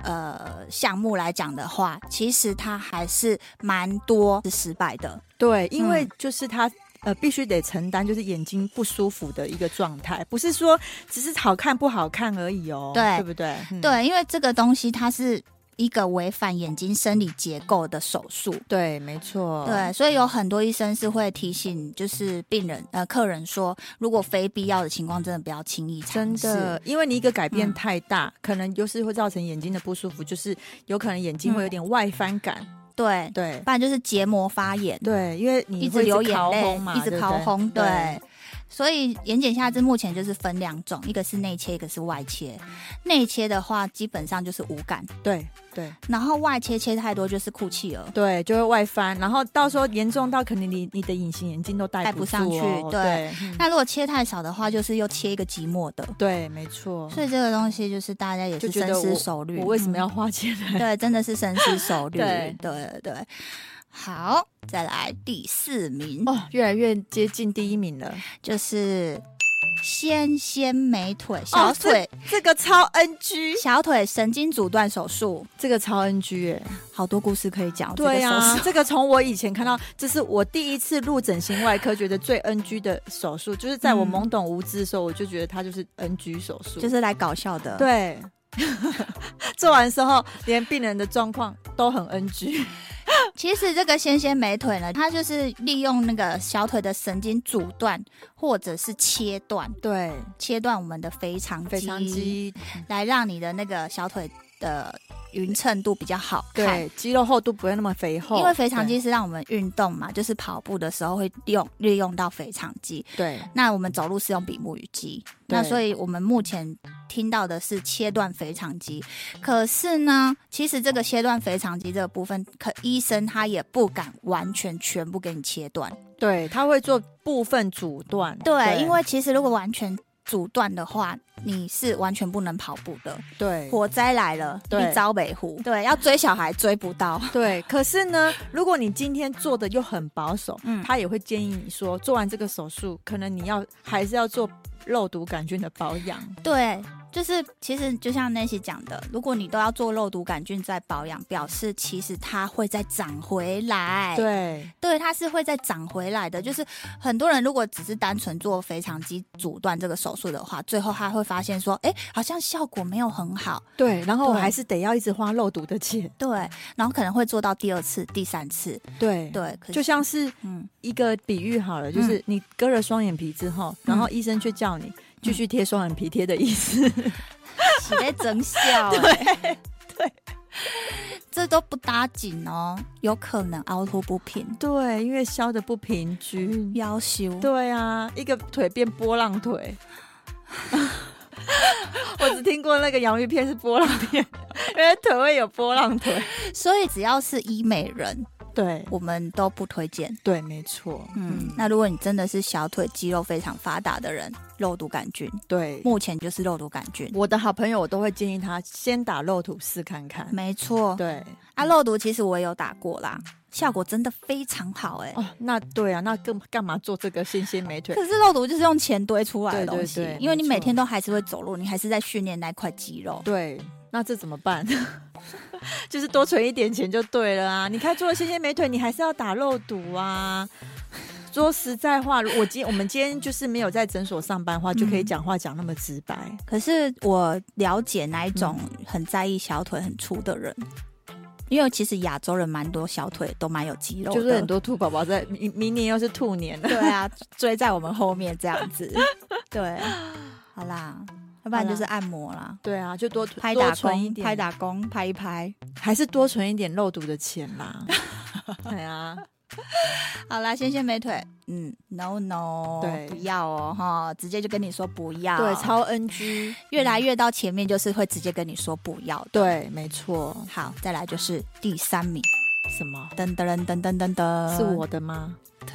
S1: 呃，项目来讲的话，其实它还是蛮多是失败的，
S2: 对，因为
S1: 嗯
S2: 就是他。呃，必须得承担就是眼睛不舒服的一个状态，不是说只是好看不好看而已哦，
S1: 对
S2: 对不对？嗯
S1: 对，因为这个东西它是一个违反眼睛生理结构的手术，
S2: 对，没错，
S1: 对，所以有很多医生是会提醒，就是病人呃客人说，如果非必要的情况，真的不要轻易尝
S2: 真
S1: 试。
S2: 的，因为你一个改变
S1: 嗯
S2: 太大，可能就是会造成眼睛的不舒服，就是有可能眼睛会
S1: 嗯
S2: 有点外翻感，
S1: 对，
S2: 对
S1: 不然就是结膜发炎，
S2: 对，因为你
S1: 一直
S2: 会
S1: 流
S2: 烤
S1: 眼
S2: 烘
S1: 泪
S2: 嘛，，
S1: 一直
S2: 对不
S1: 掏红，
S2: 对
S1: 对。所以眼睑下至目前就是分两种，一个是内切，一个是外切。内切的话基本上就是无感，
S2: 对对
S1: 然后外切切太多就是哭泣儿。
S2: 对，就会外翻，然后到时候严重到可能你你的隐形眼镜都戴
S1: 戴
S2: 不
S1: 不上
S2: 住
S1: 去
S2: 哦
S1: 对
S2: 对嗯
S1: 那如果切太少的话，就是又切一个寂寞的。
S2: 对，没错。
S1: 所以这个东西就是大家也
S2: 哦就是觉
S1: 深
S2: 得
S1: 思熟虑。
S2: 我为什
S1: 嗯
S2: 么要花钱 来？
S1: 对，真的是深思熟虑。
S2: 对
S1: 对对对，好，再来第四名，
S2: 哦，越来越接近第一名了。
S1: 就是纤纤美腿小腿、
S2: 这个超 NG，
S1: 小腿神经阻断手术，
S2: 这个超 NG 哎、
S1: 好多故事可以讲。哦
S2: 对
S1: 呀、
S2: 啊，这个从我以前看到，这是我第一次入整形外科觉得最 NG 的手术，就是在我
S1: 嗯
S2: 懵懂无知的时候，我就觉得它就是 NG 手术，
S1: 就是来搞笑的。，
S2: 对。 做完之后，连病人的状况都很 NG。
S1: 其实这个纤纤美腿呢，它就是利用那个小腿的神经阻断或者是切断，
S2: 对，
S1: 切断我们的肥肠
S2: 非常
S1: 肌，
S2: 肌，
S1: 来让你的那个小腿的匀称度比较好看。
S2: 对，肌肉厚度不会那么肥厚，
S1: 因为肥肠
S2: 对
S1: 肌是让我们运动嘛，就是跑步的时候会利用利用到肥肠肌。
S2: 对
S1: 那我们走路是用比目鱼肌，
S2: 对
S1: 那所以我们目前听到的是切断肥肠肌。可是呢，其实这个切断肥肠肌这个部分，可医生他也不敢完全全部给你切断。
S2: 对，它会做部分阻断。
S1: 对，因为其实如果完全阻断的话，你是完全不能跑步的。
S2: 对
S1: 火灾来了，
S2: 对
S1: 一朝北湖，对，要追小孩追不到。
S2: 对，可是呢，如果你今天做的又很保守，
S1: 嗯
S2: 他也会建议你说，做完这个手术，可能你要还是要做肉毒杆菌的保养。
S1: 对，就是其实就像 Nancy 讲的，如果你都要做肉毒杆菌再保养，表示其实它会再长回来。，
S2: 对
S1: 对，它是会再长回来的。就是很多人如果只是单纯做肥肠肌阻断这个手术的话，最后他会发现说，哎，好像效果没有很好。
S2: 对，然后我
S1: 对
S2: 还是得要一直花肉毒的钱。
S1: 对，然后可能会做到第二次、第三次。
S2: 对，
S1: 对，可是
S2: 就 像是
S1: 嗯，
S2: 一个比喻好了，就是你割了双眼皮之
S1: 嗯
S2: 后，然后医生却叫你继续贴双眼皮贴的意思。
S1: 起在增效、欸。对。 这都不搭紧哦，有可能凹凸不平、
S2: 对，因为削的不平均。
S1: 腰修。
S2: 对啊，一个腿变波浪腿。 我只听过那个洋芋片是波浪片，因为腿会有波浪腿。
S1: 所以只要是医美人，
S2: 对
S1: 我们都不推荐。
S2: 对，没错。
S1: 嗯，那如果你真的是小腿肌肉非常发达的人，肉毒杆菌
S2: 对。
S1: 目前就是肉毒杆菌，
S2: 我的好朋友，我都会建议他先打肉毒试看看。
S1: 没错。
S2: 嗯对，
S1: 啊，肉毒其实我也有打过啦，效果真的非常好哎、
S2: 哦，那对啊，那更干嘛做这个纤纤美腿？
S1: 可是肉毒就是用钱堆出来的
S2: 对对
S1: 东西，
S2: 对
S1: 因为你
S2: 没
S1: 每
S2: 错
S1: 天都还是会走路，你还是在训练那块肌肉。
S2: 对，那这怎么办？ 就是多存一点钱就对了啊！你看，做了纤纤美腿，你还是要打肉毒啊。说实在话，如我今我们今天就是没有在诊所上班的话，就可以讲话讲那么直白。
S1: 可是我了解哪一种很在意小腿很粗的人，因为其实亚洲人蛮多小腿都蛮有肌肉的，
S2: 就是很多兔宝宝在明明年又是兔年 了，
S1: 对啊，追在我们后面这样 子。对，好啦，要不然就是按摩啦，
S2: 对啊，就 多
S1: 拍
S2: 多
S1: 打
S2: 存一
S1: 工，
S2: 点，
S1: 拍打工，拍一拍。
S2: 还是多存一点肉毒的钱 啦。对啊，
S1: 好啦，纤纤美腿，嗯，no no，
S2: 对
S1: 不要哦，哈，直接就跟你说不要。
S2: 对，超 NG，
S1: 越来越到前面就是会直接跟你说不要的。
S2: 对，没错。
S1: 好，再来就是第三名，
S2: 什么？
S1: 呃噔噔噔噔噔噔噔，
S2: 是我的吗？
S1: 对。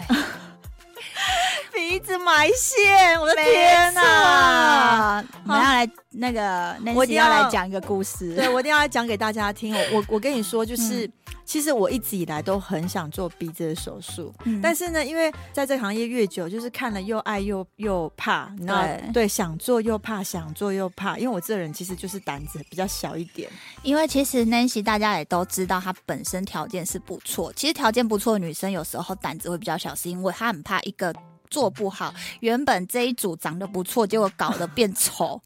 S2: 你一直埋线，我的天哪！
S1: 没错！我们要来那个，那
S2: 我一
S1: 次
S2: 定要
S1: 要来讲一个故事。
S2: 对，我一定要讲给大家听。哦我我我跟你说，就是、
S1: 嗯
S2: 其实我一直以来都很想做鼻子的手术，
S1: 嗯，
S2: 但是呢，因为在这个行业越久，就是看了又爱又又怕，你知道
S1: 对
S2: 对，想做又怕，想做又怕。因为我这人其实就是胆子比较小一点，
S1: 因为其实 Nancy 大家也都知道，她本身条件是不错。其实条件不错的女生有时候胆子会比较小，是因为她很怕一个。做不好，原本这一组长得不错，结果搞得变 丑，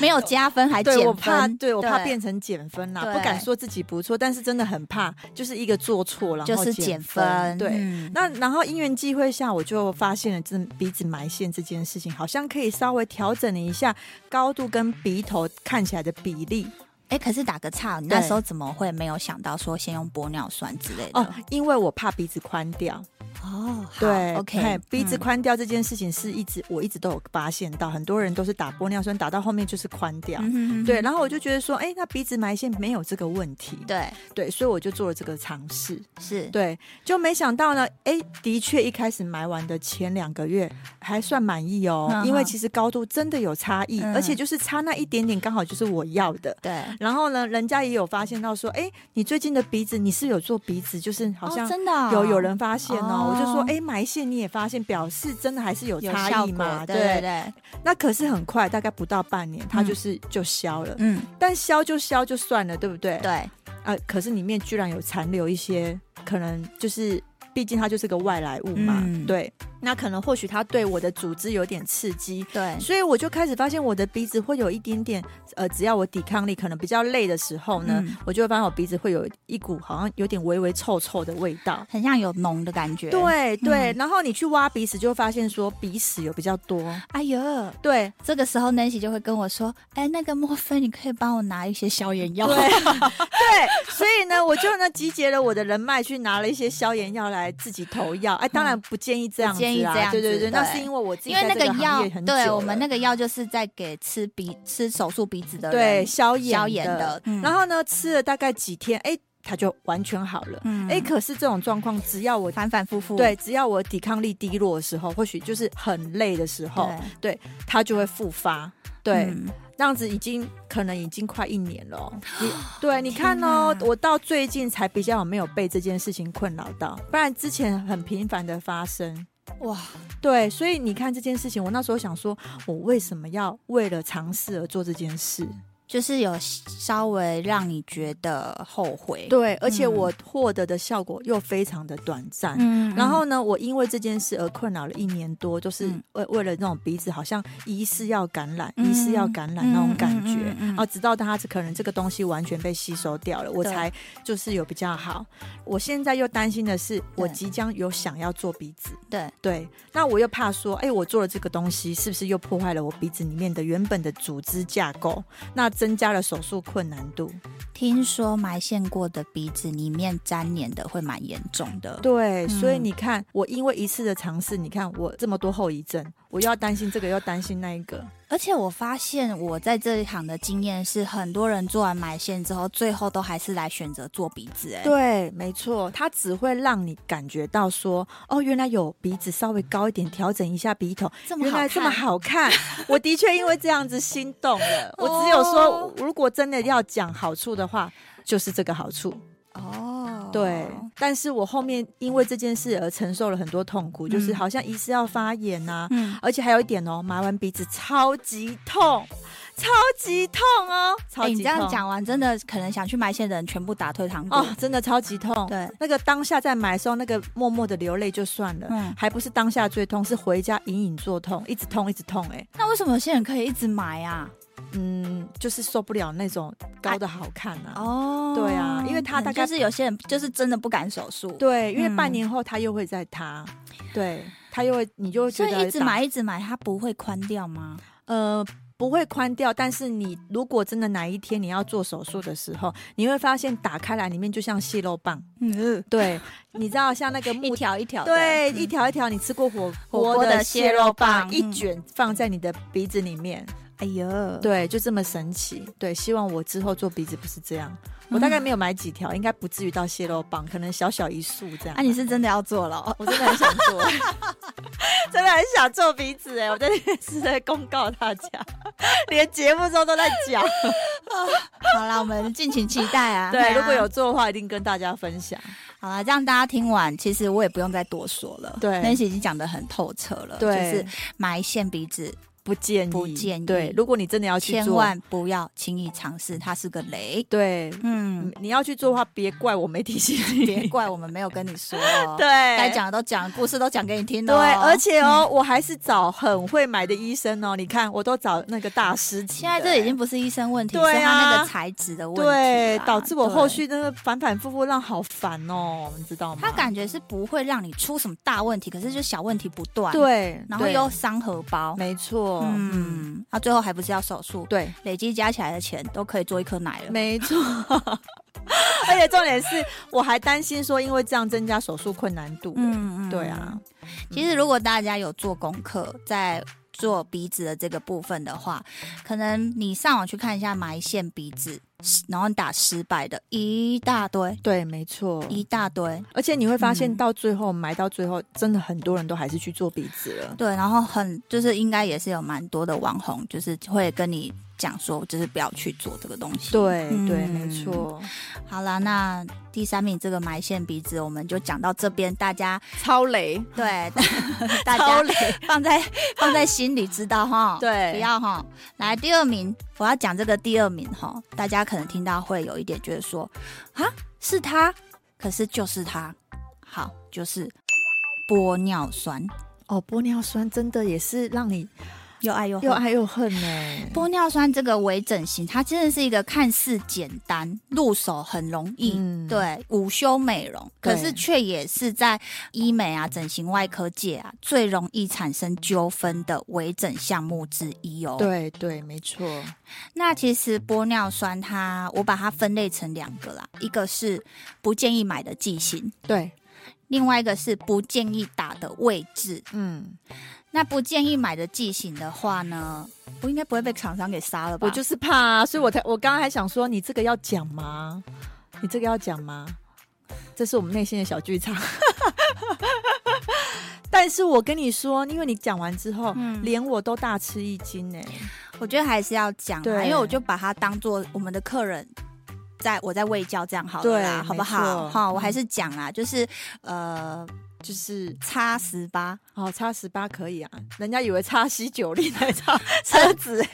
S1: 没有加分哎还减
S2: 对
S1: 分。
S2: 我怕，对我怕变成减分啦，
S1: 对
S2: 不敢说自己不错，但是真的很怕，就是一个做错然后
S1: 就是减
S2: 减
S1: 分。
S2: 对。
S1: 嗯
S2: 那然后因缘际会下，我就发现了这鼻子埋线这件事情，好像可以稍微调整了一下高度跟鼻头看起来的比例
S1: 哎、可是打个岔，你那
S2: 对
S1: 时候怎么会没有想到说先用玻尿酸之类的？
S2: 哦，因为我怕鼻子宽掉。
S1: 哦，好
S2: 对嘿
S1: ，OK，
S2: 鼻子
S1: 嗯
S2: 宽掉这件事情是一直我一直都有发现到，很多人都是打玻尿酸打到后面就是宽掉。
S1: 嗯哼哼
S2: 对，然后我就觉得说，哎，那鼻子埋线没有这个问题，
S1: 对
S2: 对，所以我就做了这个尝试，
S1: 是，
S2: 对，就没想到呢，哎，的确一开始埋完的前两个月还算满意哦，
S1: 嗯哼
S2: 因为其实高度真的有差异，
S1: 嗯
S2: 而且就是差那一点点，刚好就是我要的。
S1: 对，
S2: 然后呢，人家也有发现到说，哎，你最近的鼻子，你是有做鼻子，就是好像
S1: 哦、真的哦、
S2: 有有人发现哦，
S1: 哦
S2: 我就说，哎，埋线你也发现，表示真的还是有
S1: 有
S2: 差
S1: 效
S2: 异嘛？
S1: 果，对对对，
S2: 那可是很快，大概不到半年，它
S1: 嗯
S2: 就是、就消了。
S1: 嗯，
S2: 但消就消就算了，对不对？。
S1: 对，
S2: 啊、可是里面居然有残留一些，可能就是，毕竟它就是个外来物嘛，
S1: 嗯
S2: 对。那可能或许它对我的组织有点刺激，
S1: 对，
S2: 所以我就开始发现我的鼻子会有一点点，呃，只要我抵抗力可能比较累的时候呢，
S1: 嗯
S2: 我就会发现我鼻子会有一股好像有点微微臭臭的味道。
S1: 很像有脓的感觉。，
S2: 对对，
S1: 嗯
S2: 然后你去挖鼻屎，就会发现说鼻屎有比较多。
S1: 哎呦，
S2: 对，
S1: 这个时候 Nancy 就会跟我说：“哎，那个莫非你可以帮我拿一些消炎药？”
S2: 对对，所以呢，我就呢集结了我的人脉，去拿了一些消炎药来自己投药。哎，当然不建议这样
S1: 嗯
S2: 子
S1: 不建议
S2: 啦，
S1: 这样
S2: 对对
S1: 子
S2: 对，那
S1: 对
S2: 是因为我自 己
S1: 因为那
S2: 在这
S1: 药
S2: 行业，很久
S1: 对我们
S2: 了
S1: 那个药就是在给吃鼻吃手术鼻子的
S2: 对
S1: 人，
S2: 消炎
S1: 消炎的嗯
S2: 然后呢吃了大概几天，哎，它就完全好了。
S1: 嗯
S2: 哎，可是这种状况，只要我
S1: 反反复复，
S2: 对，只要我抵抗力低落的时候，或许就是很累的时候，
S1: 对
S2: 它就会复发。哦对，
S1: 嗯
S2: 那样子已经可能已经快一年了哦、 你对，你看哦
S1: 天，哪
S2: 我到最近才比较没有被这件事情困扰到，不然之前很频繁的发生。
S1: 哇，
S2: 对，所以你看这件事情，我那时候想说，我为什么要为了尝试而做这件事？
S1: 就是有稍微让你觉得后悔，，
S2: 对，而且我嗯获得的效果又非常的短暂。
S1: 嗯
S2: 然后呢，我因为这件事而困扰了一年多，就是
S1: 嗯
S2: 为为了那种鼻子好像疑似要感染、
S1: 嗯
S2: 疑似要感染那种感觉，
S1: 嗯嗯嗯嗯嗯
S2: 啊，直到它可能这个东西完全被吸收掉了，我
S1: 对
S2: 才就是有比较好。我现在又担心的是，我
S1: 对
S2: 即将有想要做鼻子，
S1: 对
S2: 对，那我又怕说，哎，我做了这个东西，是不是又破坏了我鼻子里面的原本的组织架构？那增加了手术困难度。
S1: 听说埋线过的鼻子里面粘连的会蛮严重的，
S2: 对，所以
S1: 嗯
S2: 你看，我因为一次的尝试，你看我这么多后遗症，我又要担心这个，又要担心那一个。
S1: 而且我发现我在这一行的经验是，很多人做完埋线之后，最后都还是来选择做鼻子、哎，
S2: 对，没错，它只会让你感觉到说，哦，原来有鼻子稍微高一点，调整一下鼻头，
S1: 这么
S2: 原
S1: 好
S2: 来这么
S1: 看，
S2: 好看。我的确因为这样子心动了。我只有说
S1: 哦，
S2: 如果真的要讲好处的话，就是这个好处。
S1: 哦，
S2: 对，但是我后面因为这件事而承受了很多痛苦，就是好像疑似要发炎呐、
S1: 嗯，
S2: 而且还有一点哦，麻完鼻子超级痛，超级痛哦，超
S1: 哎、
S2: 级痛。
S1: 你这样讲完，真的可能想去埋线的人全部打退堂鼓，
S2: 哦，真的超级痛。
S1: 对，
S2: 那个当下在买的时候，那个默默的流泪就算了，
S1: 嗯，
S2: 还不是当下最痛，是回家隐隐作痛，一直痛一直痛、哎，
S1: 那为什么有些人可以一直埋啊？
S2: 嗯，就是受不了那种高的好看啊。
S1: 哦，
S2: 对啊因为他大概
S1: 嗯就是有些人就是真的不敢手术，，
S2: 对，因为半
S1: 嗯
S2: 年后他又会再塌，对他又会，你就会觉
S1: 所
S2: 得
S1: 以一直
S2: 打
S1: 埋一直埋，它不会宽掉吗？
S2: 呃，不会宽掉，但是你如果真的哪一天你要做手术的时候，你会发现打开来里面就像蟹肉棒，
S1: 嗯，
S2: 对，你知道像那 个
S1: 一
S2: 木。
S1: 条一条的，
S2: 对，
S1: 嗯
S2: 一条一条，你吃过火
S1: 火锅的蟹肉棒
S2: 一
S1: 嗯
S2: 卷放在你的鼻子里面，
S1: 哎呦，
S2: 对，就这么神奇。对，希望我之后做鼻子不是这样。我
S1: 嗯
S2: 大概没有买几条，应该不至于到泄露棒，可能小小一束这样。
S1: 啊，你是真的要做了、哦？
S2: 我真的很想做， 真的很想做鼻子哎！我在电视在公告大家，连节目中都在讲。啊
S1: 好啦，我们敬请期待啊。
S2: 对，如果有做的话，一定跟大家分享。
S1: 好啦，这样大家听完，其实我也不用再多说了。
S2: 对
S1: 那期已经讲的很透彻了。
S2: 对
S1: 就是埋线鼻子，
S2: 不建议，
S1: 不建议
S2: 对，如果你真的要去做，
S1: 千万不要轻易尝试，它是个雷。
S2: 对，
S1: 嗯，
S2: 你要去做的话，别怪我没提醒你。。
S1: 别怪我们没有跟你说、哦
S2: 对，
S1: 该讲的都讲，故事都讲给你听
S2: 对，
S1: 了、哦。
S2: 而且哦，我还是找很会买的医生哦。你看，我都找那个大师级
S1: 现
S2: 的
S1: 在这已经不是医生问题，
S2: 对啊
S1: 是他那个材质的问题
S2: 对
S1: 啦，
S2: 导致我后。续真的反反复复，让好烦哦，你知道吗？
S1: 对他感觉是不会让你出什么大问题，可是就小问题不断。，
S2: 对，
S1: 然后
S2: 对
S1: 又伤荷包。
S2: 没错，嗯，
S1: 嗯，他、最后还不是要手术？
S2: 对，
S1: 累积加起来的钱都可以做一颗奶了。
S2: 没错。 而且重点是，我还担心说，因为这样增加手术困难度。嗯，
S1: 嗯
S2: 对啊，
S1: 其实如果大家有做功课，在做鼻子的这个部分的话，可能你上网去看一下埋线鼻子，然后你打失败的一大堆，
S2: 对，没错。
S1: 一大堆。
S2: 而且你会发现，
S1: 嗯
S2: 到最后埋到最后，真的很多人都还是去做鼻子了。
S1: 对，然后很就是应该也是有蛮多的网红，就是会跟你讲说，就是不要去做这个东西。，
S2: 对对，
S1: 嗯
S2: 没错，
S1: 好啦，那第三名这个埋线鼻子，我们就讲到这边，大家
S2: 超雷，
S1: 对大
S2: 超
S1: 家
S2: 雷，
S1: 放 在放在心里知道 哈。。
S2: 对，
S1: 不要哈。来，第二名，我要讲这个第二名哈，大家可能听到会有一点觉得说，啊，是他，可是就是他，好，就是玻尿酸，
S2: 哦，玻尿酸真的也是让你
S1: 又爱又
S2: 又
S1: 恨。
S2: 爱又恨呢、
S1: 玻尿酸这个微整形，它真的是一个看似简单、入手很容易，
S2: 嗯
S1: 对午休美容，
S2: 对
S1: 可是却也是在医美啊、整形外科界啊最容易产生纠纷的微整项目之一哦。
S2: 对对，没错，
S1: 那其实玻尿酸它，我把它分类成两个啦，一个是不建议买的剂型，
S2: 对，
S1: 另外一个是不建议打的位置。
S2: 嗯，
S1: 那不建议买的剂型的话呢，我应该不会被厂商给杀了吧？
S2: 我就是怕、啊，所以我才我刚刚还想说，你这个要讲吗？你这个要讲吗？这是我们内心的小剧场。 但是我跟你说，因为你讲完之后，
S1: 嗯
S2: 连我都大吃一惊哎、
S1: 我觉得还是要讲啦，
S2: 对
S1: 因为我就把它当做我们的客人。在我在喂教这样好了啦，
S2: 对
S1: 好不
S2: 没
S1: 好？
S2: 错嗯
S1: 哈，我还是讲啦，就是呃，
S2: 就是
S1: 差十八，
S2: 哦，差十八可以啊，人家以为差西九零还差车 子、欸，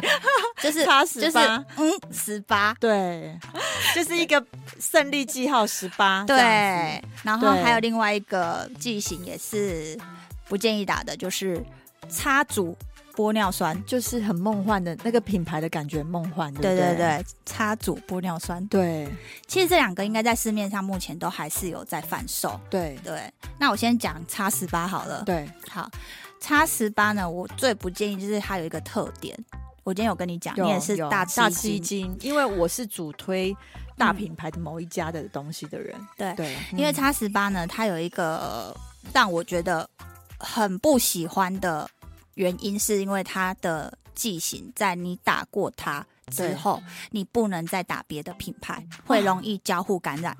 S1: 就是
S2: 差
S1: 就
S2: 十
S1: 是
S2: 八。
S1: 嗯十八，
S2: 对，就是一个胜利记号十 八。
S1: 对
S2: 这样子，
S1: 然后
S2: 对
S1: 还有另外一个剂型也是不建议打的，就是插足玻尿酸。
S2: 就是很梦幻的那个品牌的感觉，梦幻，对不
S1: 对对
S2: 对
S1: 对，插足玻尿酸，
S2: 对
S1: 其实这两个应该在市面上目前都还是有在贩售。
S2: 对
S1: 对，那我先讲叉十八好了。
S2: 对
S1: 好，叉十八呢，我最不建议就是它有一个特点，我今天有跟你讲，
S2: 有
S1: 你也是
S2: 有
S1: 大
S2: 大
S1: 吃一惊，
S2: 惊，因为我是主推大品牌的某一家的东西的人，
S1: 对
S2: 对，
S1: 因为
S2: 嗯
S1: 叉十八呢，它有一个让我觉得很不喜欢的原因，是因为它的剂型在你打过它之后，你不能再打别的品牌，会容易交互感染。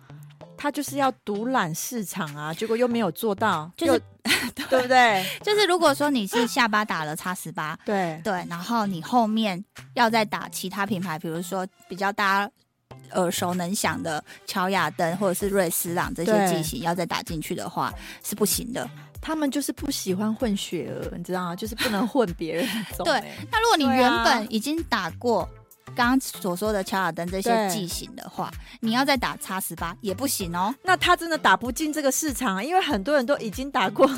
S2: 他就是要独揽市场啊，结果又没有做到，
S1: 就是
S2: 又 对不对？
S1: 就是如果说你是下巴打了叉十八，
S2: 对
S1: 对，然后你后面要再打其他品牌，比如说比较大家。耳熟能详的乔雅登或者是瑞斯朗这些
S2: 对
S1: 剂型，要再打进去的话是不行的。
S2: 他们就是不喜欢混血儿，你知道吗？就是不能混别人的种
S1: 对
S2: 欸，
S1: 那如果你
S2: 对啊
S1: 原本已经打过刚刚所说的乔尔登这些剂型的话，你要再打叉十八也不行哦。
S2: 那他真的打不进这个市场，啊因为很多人都已经打 过，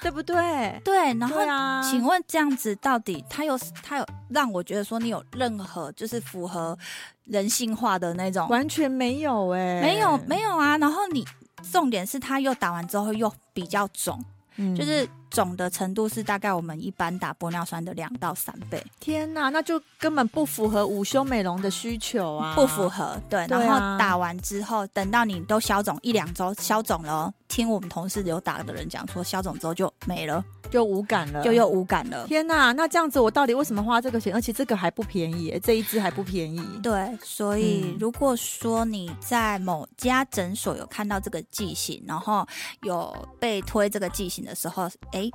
S2: 对不对？
S1: 对，然后
S2: 对。啊，
S1: 请问这样子到底它有它有让我觉得说你有任何就是符合人性化的那种
S2: 完全没有哎、
S1: 没有没有啊？然后你重点是它又打完之后又比较肿，
S2: 嗯
S1: 就是肿的程度是大概我们一般打玻尿酸的两到三倍，
S2: 天哪，那就根本不符合无胸美容的需求啊，
S1: 不符。合。对，
S2: 对啊
S1: 然后打完之后，等到你都消肿一两周，消肿了哦，听我们同事有打的人讲说，消肿之后就没了，
S2: 就无感了，
S1: 就又无感了。
S2: 天呐，那这样子我到底为什么花这个钱？而且这个还不便宜欸耶，这一支还不便宜。
S1: 对，所以
S2: 嗯
S1: 如果说你在某家诊所有看到这个剂型，然后有被推这个剂型的时候，哎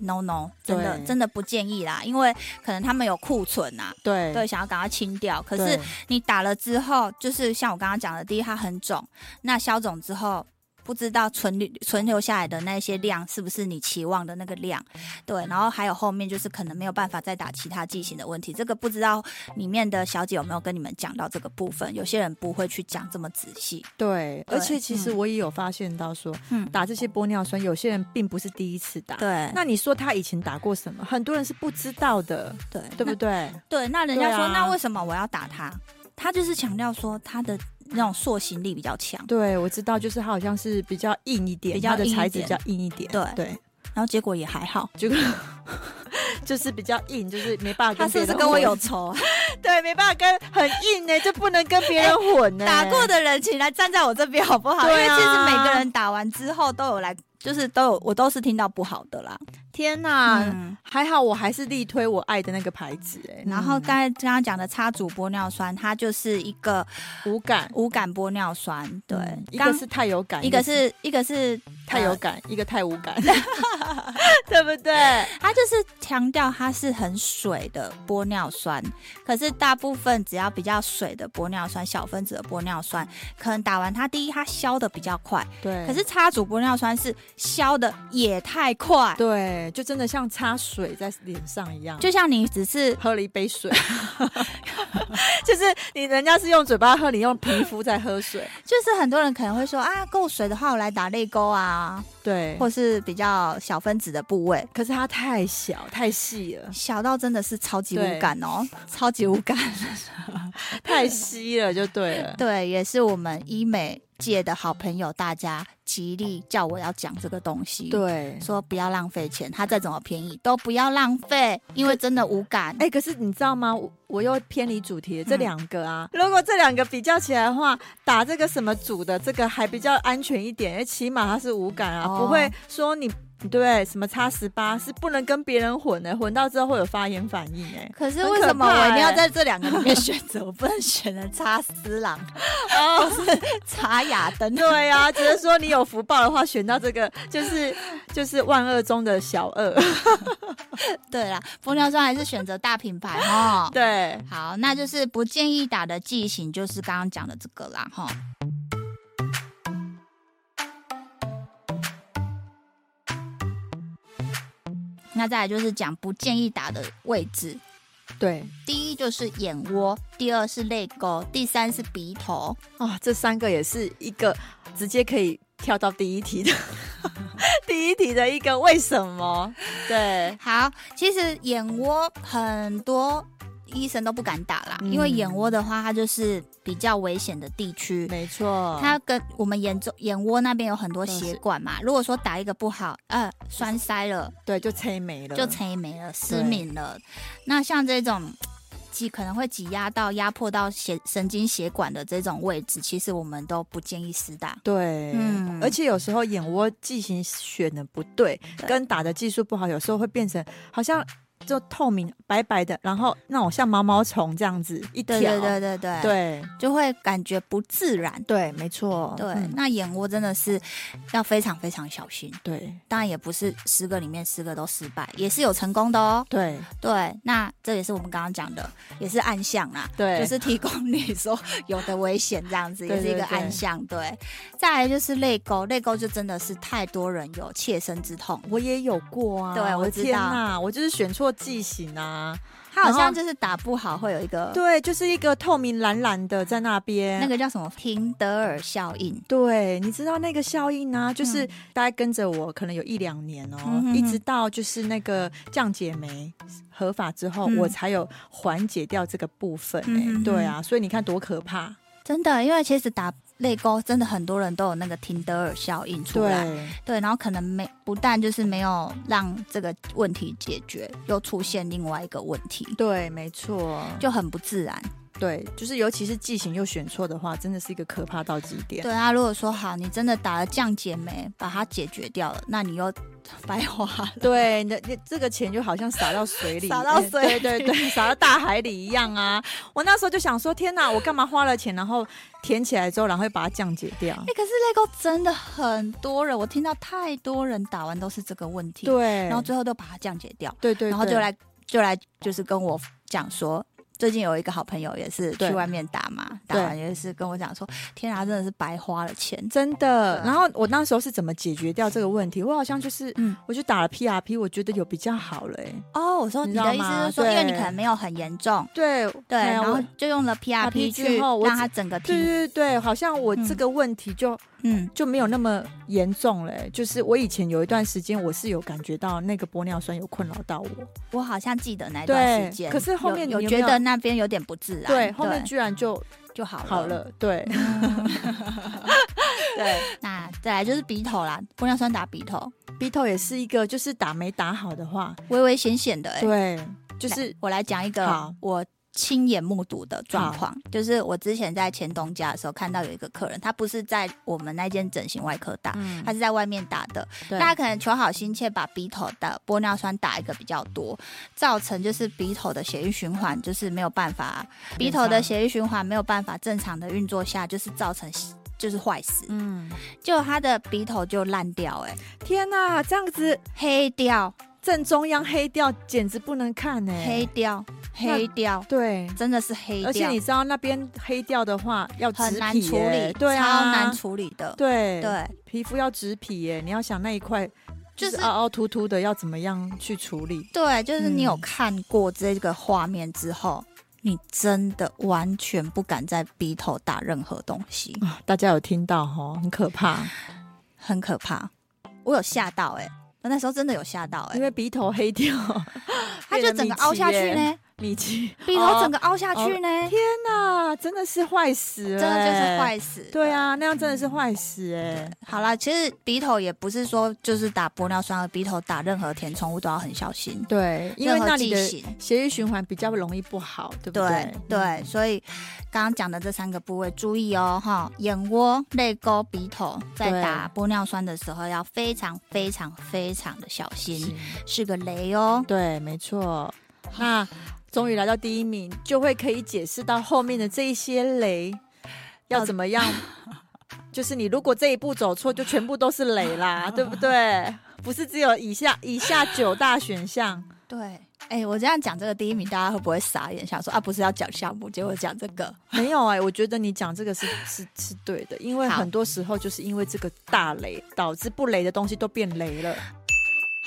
S1: ，no no，真的
S2: 对
S1: 真的不建议啦，因为可能他们有库存啊，
S2: 对
S1: 对，想要赶快清掉。可
S2: 对
S1: 是你打了之后，就是像我刚刚讲的，第一它很肿，那消肿之后。不知道存留存留下来的那些量是不是你期望的那个量，对，然后还有后面就是可能没有办法再打其他剂型的问题，这个不知道里面的小姐有没有跟你们讲到这个部分，有些人不会去讲这么仔细，
S2: 对，
S1: 对
S2: 而且其实
S1: 嗯
S2: 我也有发现到说，
S1: 嗯，
S2: 打这些玻尿酸，有些人并不是第一次打。，
S1: 对，
S2: 那你说他以前打过什么？很多人是不知道的，
S1: 对
S2: 对不
S1: 那
S2: 对？
S1: 对，那人家说、
S2: 对啊
S1: 那为什么我要打它？他就是强调说他的那种塑形力比较强，
S2: 对，我知道，就是它好像是比较硬一点，
S1: 比较
S2: 它的
S1: 硬一
S2: 材质比
S1: 点
S2: 较硬一点。
S1: 对
S2: 对，
S1: 然后结果也还好，
S2: 就 就是比较硬，就是没办法
S1: 他
S2: 跟
S1: 是不
S2: 别人
S1: 是
S2: 混。
S1: 跟我有仇啊？
S2: 对，没办法跟很硬呢、就不能跟别人混呢、
S1: 哎打过的人，请来站在我这边好不好？因
S2: 对
S1: 为
S2: 啊
S1: 其实每个人打完之后都有来，就是都有我都是听到不好的啦。
S2: 天呐，
S1: 嗯
S2: 还好我还是力推我爱的那个牌子、哎，
S1: 然后
S2: 嗯
S1: 刚才刚刚讲的擦主玻尿酸，它就是一个
S2: 无感，
S1: 无感玻尿酸，对
S2: 嗯，一
S1: 嗯刚
S2: 个是太有感，
S1: 一个是一个是
S2: 太有
S1: 呃
S2: 感，一个太无 感，对不对？
S1: 它就是强调它是很水的玻尿酸，可是大部分只要比较水的玻尿酸、小分子的玻尿酸，可能打完它第一它消的比较快，
S2: 对，
S1: 可是擦主玻尿酸是消的也太快，
S2: 对，就真的像擦水在脸上一样，就
S1: 就像你只是
S2: 喝了一杯水， 就是你人家是用嘴巴喝，你用皮肤在喝水，
S1: 就是很多人可能会说啊，够水的话，我来打泪沟啊，
S2: 对。
S1: 或是比较小分子的部位，
S2: 可是它太小太细 了，
S1: 小到真的是超级
S2: 对
S1: 无感哦， 超级无感。
S2: 太稀了就对了。
S1: 对，也是我们医美界的好朋友，大家极力叫我要讲这个东西，，
S2: 对，
S1: 说不要浪费钱，它再怎么便宜都不要浪费，因为真的无感。
S2: 哎、可是你知道吗？我我又偏离主题了，这
S1: 嗯
S2: 两个啊，如果这两个比较起来的话，打这个什么组的这个还比较安全一点，哎，起码它是无感啊，
S1: 哦。
S2: 不会说你对什么叉十八是不能跟别人混的，混到之后会有发炎反应哎
S1: 可是
S2: 很
S1: 为
S2: 可
S1: 什么
S2: 怕
S1: 我一定要
S2: 欸
S1: 在这两个里面选择？ 我不能选择擦丝朗、
S2: 哦，
S1: 擦雅等等。
S2: 对啊，只是说你有福报的话，选到这个就是就是万恶中的小 恶。
S1: 对啦，玻尿酸还是选择大品牌哦。
S2: 对，
S1: 好，那就是不建议打的剂型，就是刚刚讲的这个啦，哈。那再来就是讲不建议打的位置，
S2: 对
S1: 第一就是眼窝，第二是泪沟，第三是鼻头。
S2: 啊、这三个也是一个直接可以跳到第一 题的。第一题的一个为什么？对，
S1: 好，其实眼窝很多医生都不敢打啦，
S2: 嗯
S1: 因为眼窝的话，它就是比较危险的地区，
S2: 没错，
S1: 它跟我们眼周眼窝那边有很多
S2: 都是
S1: 血管嘛，如果说打一个不好，呃，栓塞了
S2: 对就催没了，
S1: 就垂没了、失明了。嗯那像这种挤可能会挤压到、压迫到血神经血管的这种位置，其实我们都不建议施打。
S2: 对，
S1: 嗯
S2: 而且有时候眼窝剂型选的不对，
S1: 对
S2: 跟打的技术不好，有时候会变成好像就透明白白的，然后那种像毛毛虫这样子一条，
S1: 对对对对对，
S2: 对
S1: 就会感觉不自然。
S2: 对没错，
S1: 对，
S2: 嗯
S1: 那眼窝真的是要非常非常小心。
S2: 对
S1: 当然也不是十个里面十个都失败，也是有成功的哦。
S2: 对
S1: 对，那这也是我们刚刚讲的，也是暗啊象啦。
S2: 对，
S1: 就是提供你说有的危险这 样子，
S2: 对
S1: 也是一
S2: 对
S1: 个
S2: 对
S1: 暗象。对，再来就是泪沟，泪沟就真的是太多人有切身之痛，
S2: 我也有过啊，
S1: 对
S2: 我
S1: 我
S2: 的
S1: 知
S2: 天
S1: 道
S2: 呐，我就是选错剂型啊，
S1: 它好
S2: 然后
S1: 像就是打不好会有一个
S2: 对，就是一个透明蓝蓝的在那边，
S1: 那个叫什么廷德尔效应。
S2: 对，你知道那个效应呢、就是大概跟着我可能有一两年哦，
S1: 嗯嗯哼哼
S2: 一直到就是那个降解酶合法之后，
S1: 嗯
S2: 我才有缓解掉这个部分、哎、
S1: 嗯哼哼
S2: 对啊，所以你看多可怕。
S1: 真的，因为其实打泪沟真的很多人都有那个廷德尔效应出来，
S2: 对，
S1: 对，然后可能没不但就是没有让这个问题解决，又出现另外一个问题，
S2: 对，没错，
S1: 就很不自然。
S2: 对，就是尤其是剂型又选错的话，真的是一个可怕到极点。
S1: 对啊，如果说好，你真的打了降解酶把它解决掉了，那你又 白花了。
S2: 对，你的你这个钱就好像撒到水里，
S1: 撒到
S2: 哎
S1: 水
S2: 对对 对，撒到大海里一样啊！我那时候就想说，天哪，我干嘛花了钱，然后填起来之后，然后又把它降解掉？
S1: 哎、可是泪沟真的很多人，我听到太多人打完都是这个问题，，
S2: 对，
S1: 然后最后都把它降解掉，
S2: 对对，
S1: 然后就
S2: 对
S1: 来就来就是跟我讲说。最近有一个好朋友也是去
S2: 对
S1: 外面打嘛，打
S2: 对
S1: 完也是跟我讲说，天啊，真的是白花了钱。
S2: 真的
S1: 对。啊
S2: 然后我那时候是怎么解决掉这个问题？我好像就是，
S1: 嗯
S2: 我就打了 PRP，我觉得有比较好了、欸。
S1: 哦，我说你
S2: 你知道
S1: 的意思
S2: 吗
S1: 是说，因为你
S2: 对
S1: 可能没有很严重，
S2: 对
S1: 对，
S2: 哎呀
S1: 然后
S2: 我
S1: 就用了 PRP
S2: 之
S1: 去
S2: 后我
S1: 让
S2: 只
S1: 它整个
S2: 对
S1: 停，
S2: 对对，好像我这
S1: 嗯
S2: 个问题就、
S1: 嗯，
S2: 就没有那么严重了、欸就是我以前有一段时间，我是有感觉到那个玻尿酸有困扰到我。
S1: 我好像记得那一段
S2: 对
S1: 时间，
S2: 可是后
S1: 有
S2: 面你
S1: 有
S2: 有
S1: 觉
S2: 没有
S1: 得那边有点不自然，
S2: 对，后面居然就
S1: 就好了。嗯
S2: 好，了。对 对，
S1: 那再来就是鼻头啦，玻尿酸打鼻头，
S2: 鼻头也是一个，就是打没打好的话，
S1: 微微显显的、欸，
S2: 对，就
S1: 来
S2: 是
S1: 我来讲一
S2: 好
S1: 个我亲眼目睹的状况，就是我之前在前东家的时候看到有一个客人，他不是在我们那间整形外科打，
S2: 嗯
S1: 他是在外面打的，
S2: 对
S1: 大家可能求好心切，把鼻头的玻尿酸打一个比较多，造成就是鼻头的血液循环就是没有办法，鼻头的血液循环没有办法正常的运作下，就是造成就是坏死，
S2: 嗯，
S1: 结果他的鼻头就烂掉、欸，哎，
S2: 天哪、这样子
S1: 黑掉，
S2: 正中央黑掉，简直不能看呢、
S1: 黑掉，黑掉，
S2: 对，
S1: 真的是黑
S2: 而且
S1: 掉
S2: 你。知道那边黑掉的话要植
S1: 很难
S2: 皮
S1: 处
S2: 耶
S1: 理，
S2: 对啊，
S1: 超难处理的。
S2: 对
S1: 对，皮
S2: 皮肤要植皮耶、你要想那一块
S1: 就是
S2: 是凹凹凸凸的，要怎么样去处理？
S1: 对，就是你有
S2: 嗯
S1: 看过这个画面之后，你真的完全不敢在鼻头打任何东西，
S2: 啊大家有听到哈，很可 怕，
S1: 很可怕。我有吓到哎、欸，我那时候真的有吓到哎、
S2: 因
S1: 欸，
S2: 为鼻头黑掉，
S1: 它就整个凹下去呢，
S2: 米奇，哦
S1: 鼻头整个
S2: 个
S1: 凹下去呢，
S2: 那真的是坏死、
S1: 真的嗯就是。坏死。
S2: 对。啊，那样真的是坏死哎、
S1: 好啦，其实鼻头也不是说就是打玻尿酸，鼻头打任何填充物都要很小心，
S2: 对，因为
S1: 任何
S2: 那里
S1: 剂
S2: 的
S1: 型
S2: 血液循环比较容易不好，对不
S1: 对对，
S2: 嗯
S1: 所以刚刚讲的这三个部位注意哦，哈，眼窝、泪沟、鼻头，在
S2: 对
S1: 打玻尿酸的时候要非常非常非常的小
S2: 是
S1: 心，是个雷哦。
S2: 对，没错。那终于来到第一名，就会可以解释到后面的这一些雷要怎么 样。就是你如果这一步走错，就全部都是雷 啦，对不对？不是只有以下以下九大 选项。
S1: 对，哎，我这样讲这个第一名，大家会不会傻眼，想说啊，不是要讲项目，结果讲这个？
S2: 没有哎、我觉得你讲这个是是是对的，因为
S1: 好
S2: 很多时候就是因为这个大雷，导致不雷的东西都变雷了。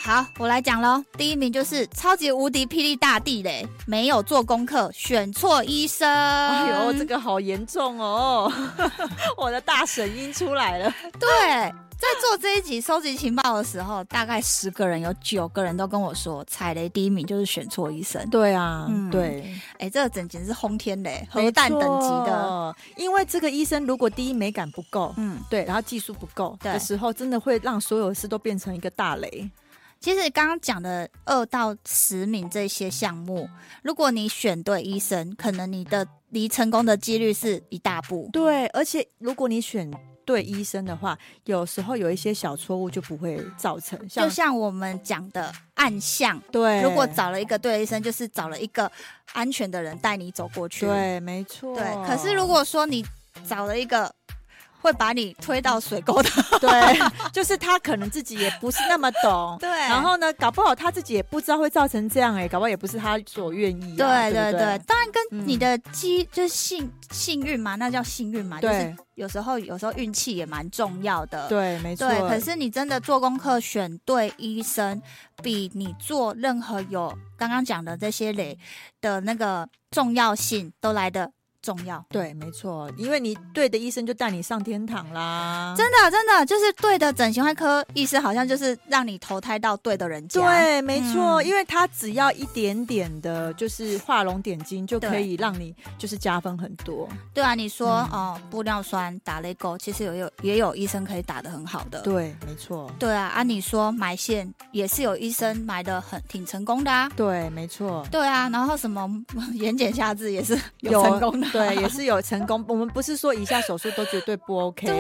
S1: 好，我来讲喽。第一名就是超级无敌霹雳大地雷，没有做功课，选错医生。
S2: 哎
S1: 哎
S2: 呦，这个好严重哦！ 我的大神音出来了。
S1: 对，在做这一集收集情报的时候，大概十个人有九个人都跟我说，踩雷第一名就是选错医生。
S2: 对啊
S1: 嗯
S2: 对。
S1: 哎，这个整简直是轰天雷，
S2: 没
S1: 核弹等级的。
S2: 错，因为这个医生如果第一美感不够，
S1: 嗯，
S2: 对，然后技术不够
S1: 对
S2: 的时候，真的会让所有事都变成一个大雷。
S1: 其实刚刚讲的二到十名这些项目，如果你选对医生，可能你的离成功的几率是一大步。
S2: 对，而且如果你选对医生的话，有时候有一些小错误就不会造成，像
S1: 就像我们讲的暗巷，
S2: 对，
S1: 如果找了一个对的医生，就是找了一个安全的人带你走过去。
S2: 对，没错，
S1: 对，可是如果说你找了一个会把你推到水 沟的，。
S2: 对， 就是他可能自己也不是那么懂
S1: 对，
S2: 然后呢？搞不好他自己也不知道会造成这样哎、搞不好也不是他所愿意
S1: 对
S2: 啊、
S1: 对
S2: 不
S1: 对，当然
S2: 嗯
S1: 跟你的机、就是幸幸运嘛，那叫幸运嘛，就是
S2: 对
S1: 有时候有时候运气也蛮重要的。
S2: 对，没错。
S1: 对，可是你真的做功课选对医生，比你做任何有刚刚讲的这些雷的那个重要性都来的重要。
S2: 对，没错，因为你对的医生就带你上天堂啦。
S1: 真的，真的，就是对的整形外科医师，好像就是让你投胎到对的人家。
S2: 对，没错，
S1: 嗯
S2: 因为它只要一点点的，就是画龙点睛，就可以让你就是加分很多。
S1: 对啊，你说
S2: 嗯
S1: 哦、玻尿酸打泪沟，其实也有也有医生可以打得很好的。
S2: 对，没错，
S1: 对啊，啊，你说埋线也是有医生埋的很挺成功的啊。
S2: 对，没错。
S1: 对啊，然后什么 眼睑下至也是
S2: 有
S1: 有成功的啊，
S2: 对，也是有成功。我们不是说以下手术都绝对不 OK，对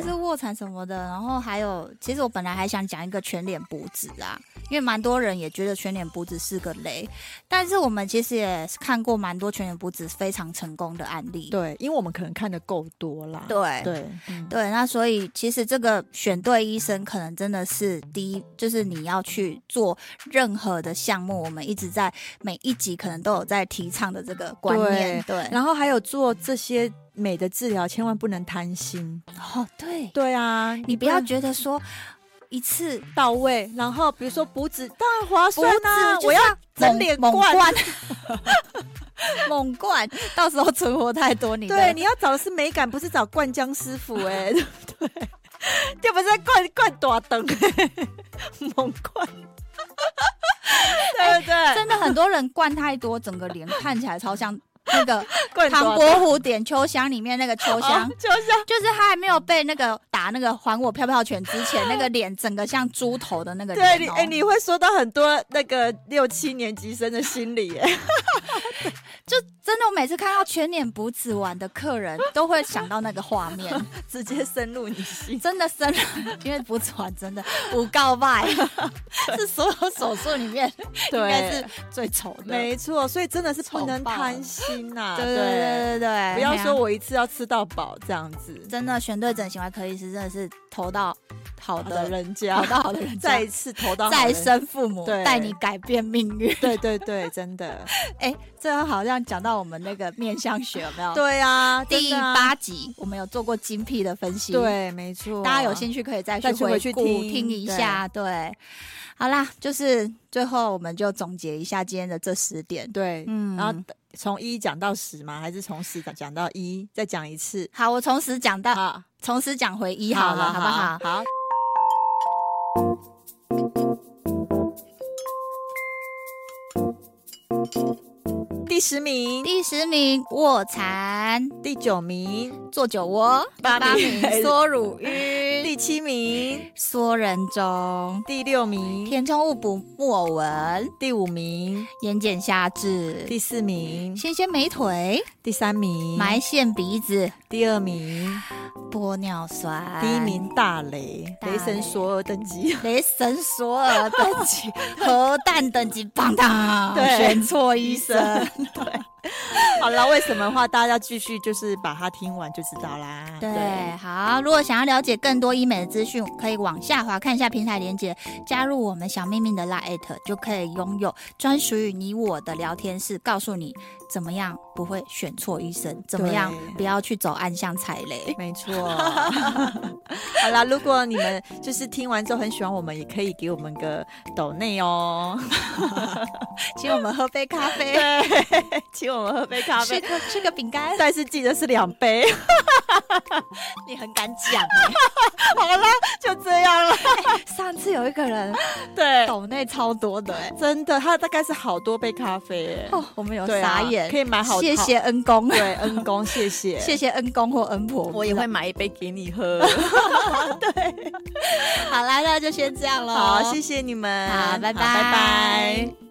S1: 对，就是卧蚕什么的，然后还有，其实我本来还想讲一个全脸补脂啊，因为蛮多人也觉得全脸补脂是个雷，但是我们其实也是看过蛮多全脸补脂非常成功的案例。
S2: 对，因为我们可能看的够多啦。
S1: 对
S2: 对嗯
S1: 对那所以其实这个选对医生，可能真的是第一，就是你要去做任何的项目，我们一直在每一集可能都有在提倡的这个观念。对，
S2: 然后还有做这些美的治疗，千万不能贪心。
S1: 哦，对，
S2: 对啊，
S1: 你不要
S2: 能
S1: 觉得说一次
S2: 到位，然后比如说补脂，当然划算
S1: 补脂
S2: 啊，
S1: 就是
S2: 我要整
S1: 猛
S2: 脸
S1: 猛
S2: 灌。
S1: 灌，猛 灌，到时候存活太多你的。
S2: 对，你要找的是美感，不是找灌浆师傅哎、对 不对？就不是在灌灌大灯、猛灌，对不 对？
S1: 真的很多人灌太多，整个脸看起来超像那 个
S2: 灌
S1: 唐
S2: 大
S1: 伯虎点秋香里面那个秋香
S2: 哦。就是
S1: 就是他还没有被那个打那个还我飘飘拳之前，那个脸整个像猪头的那个
S2: 对，你
S1: 脸、哦。
S2: 哎、你会说到很多那个六七年级生的心理耶、
S1: 真的，我每次看到全脸补脂完的客人，都会想到那个画面，
S2: 直接深入你心。
S1: 真的生了，因为补脂完真的无告白， 是所有手术里面应该是最丑的。
S2: 没错，所以真的是不
S1: 丑
S2: 能
S1: 爆
S2: 贪心 呐、
S1: 对对对对哎对，
S2: 不要
S1: 嘿啊
S2: 说我一次要吃到饱这样子，
S1: 真的选对整形外科医师，真的是投到好
S2: 好的
S1: 的人，
S2: 人家
S1: 投，到好的人家，
S2: 再一次投到好
S1: 再
S2: 人家。
S1: 生父母，
S2: 对
S1: 带你改变命 运。
S2: 对对对，真的，
S1: 哎，这好像讲到我们那个面相学有没有？，
S2: 对啊，
S1: 第
S2: 真的啊
S1: 八集我们有做过精辟的分析，，
S2: 对，没错，
S1: 大家有兴趣可以再
S2: 再去
S1: 回
S2: 回去
S1: 顾
S2: 听
S1: 一下。对，好啦，就是最后我们就总结一下今天的这十点。
S2: 对，
S1: 嗯，
S2: 然后从一讲到十吗？还是从十讲讲到一，再讲一次？
S1: 好，我从十讲到，
S2: 好，
S1: 从十讲回一好了，好不好？？
S2: 好，第十名，
S1: 第十名卧蚕，
S2: 第九名，
S1: 做酒窝；
S2: 八
S1: 八
S2: 名
S1: 名缩乳晕，
S2: 第七名，
S1: 缩人中；
S2: 第六名，
S1: 填充物补木偶纹，
S2: 第五名，
S1: 眼睑下至，
S2: 第四名，
S1: 纤纤美腿，
S2: 第三名，
S1: 埋线鼻子，
S2: 第二名，
S1: 玻尿酸。
S2: 第一。名大雷，
S1: 大
S2: 雷神
S1: 雷
S2: 索尔等级。
S1: 雷神索尔等级，核弹等级，棒当！
S2: 对
S1: 选错医生。
S2: 好了，为什么的话，大家继续就是把它听完就知道啦。
S1: 对，好，如果想要了解更多医美的资讯，可以往下滑看一下平台连接，加入我们小秘密的 Line，就可以拥有专属于你我的聊天室，告诉你怎么样不会选错医生，怎么样
S2: 对
S1: 不要去走暗巷踩 雷。
S2: 没错。 好啦，如果你们就是听完之后很喜欢我们，也可以给我们个抖内哦。
S1: 请我们喝杯咖啡，
S2: 对， 请我们喝杯咖
S1: 吃
S2: 啡，
S1: 个吃个饼干，
S2: 但是记得是两杯。
S1: 你很敢讲。
S2: 好啦，就这样了。
S1: 上次有一个人
S2: 对，
S1: 抖内超多的、欸，
S2: 真的，它大概是好多杯咖啡。
S1: 哦，我们有
S2: 对
S1: 傻
S2: 啊
S1: 眼，
S2: 可以买好
S1: 谢谢恩公，
S2: 对，恩公，谢 谢。
S1: 谢谢恩公或恩婆，
S2: 我也会买一杯给你喝。
S1: 好啦，那就先这样喽。
S2: 好，谢谢你们，
S1: 好拜拜
S2: 拜拜。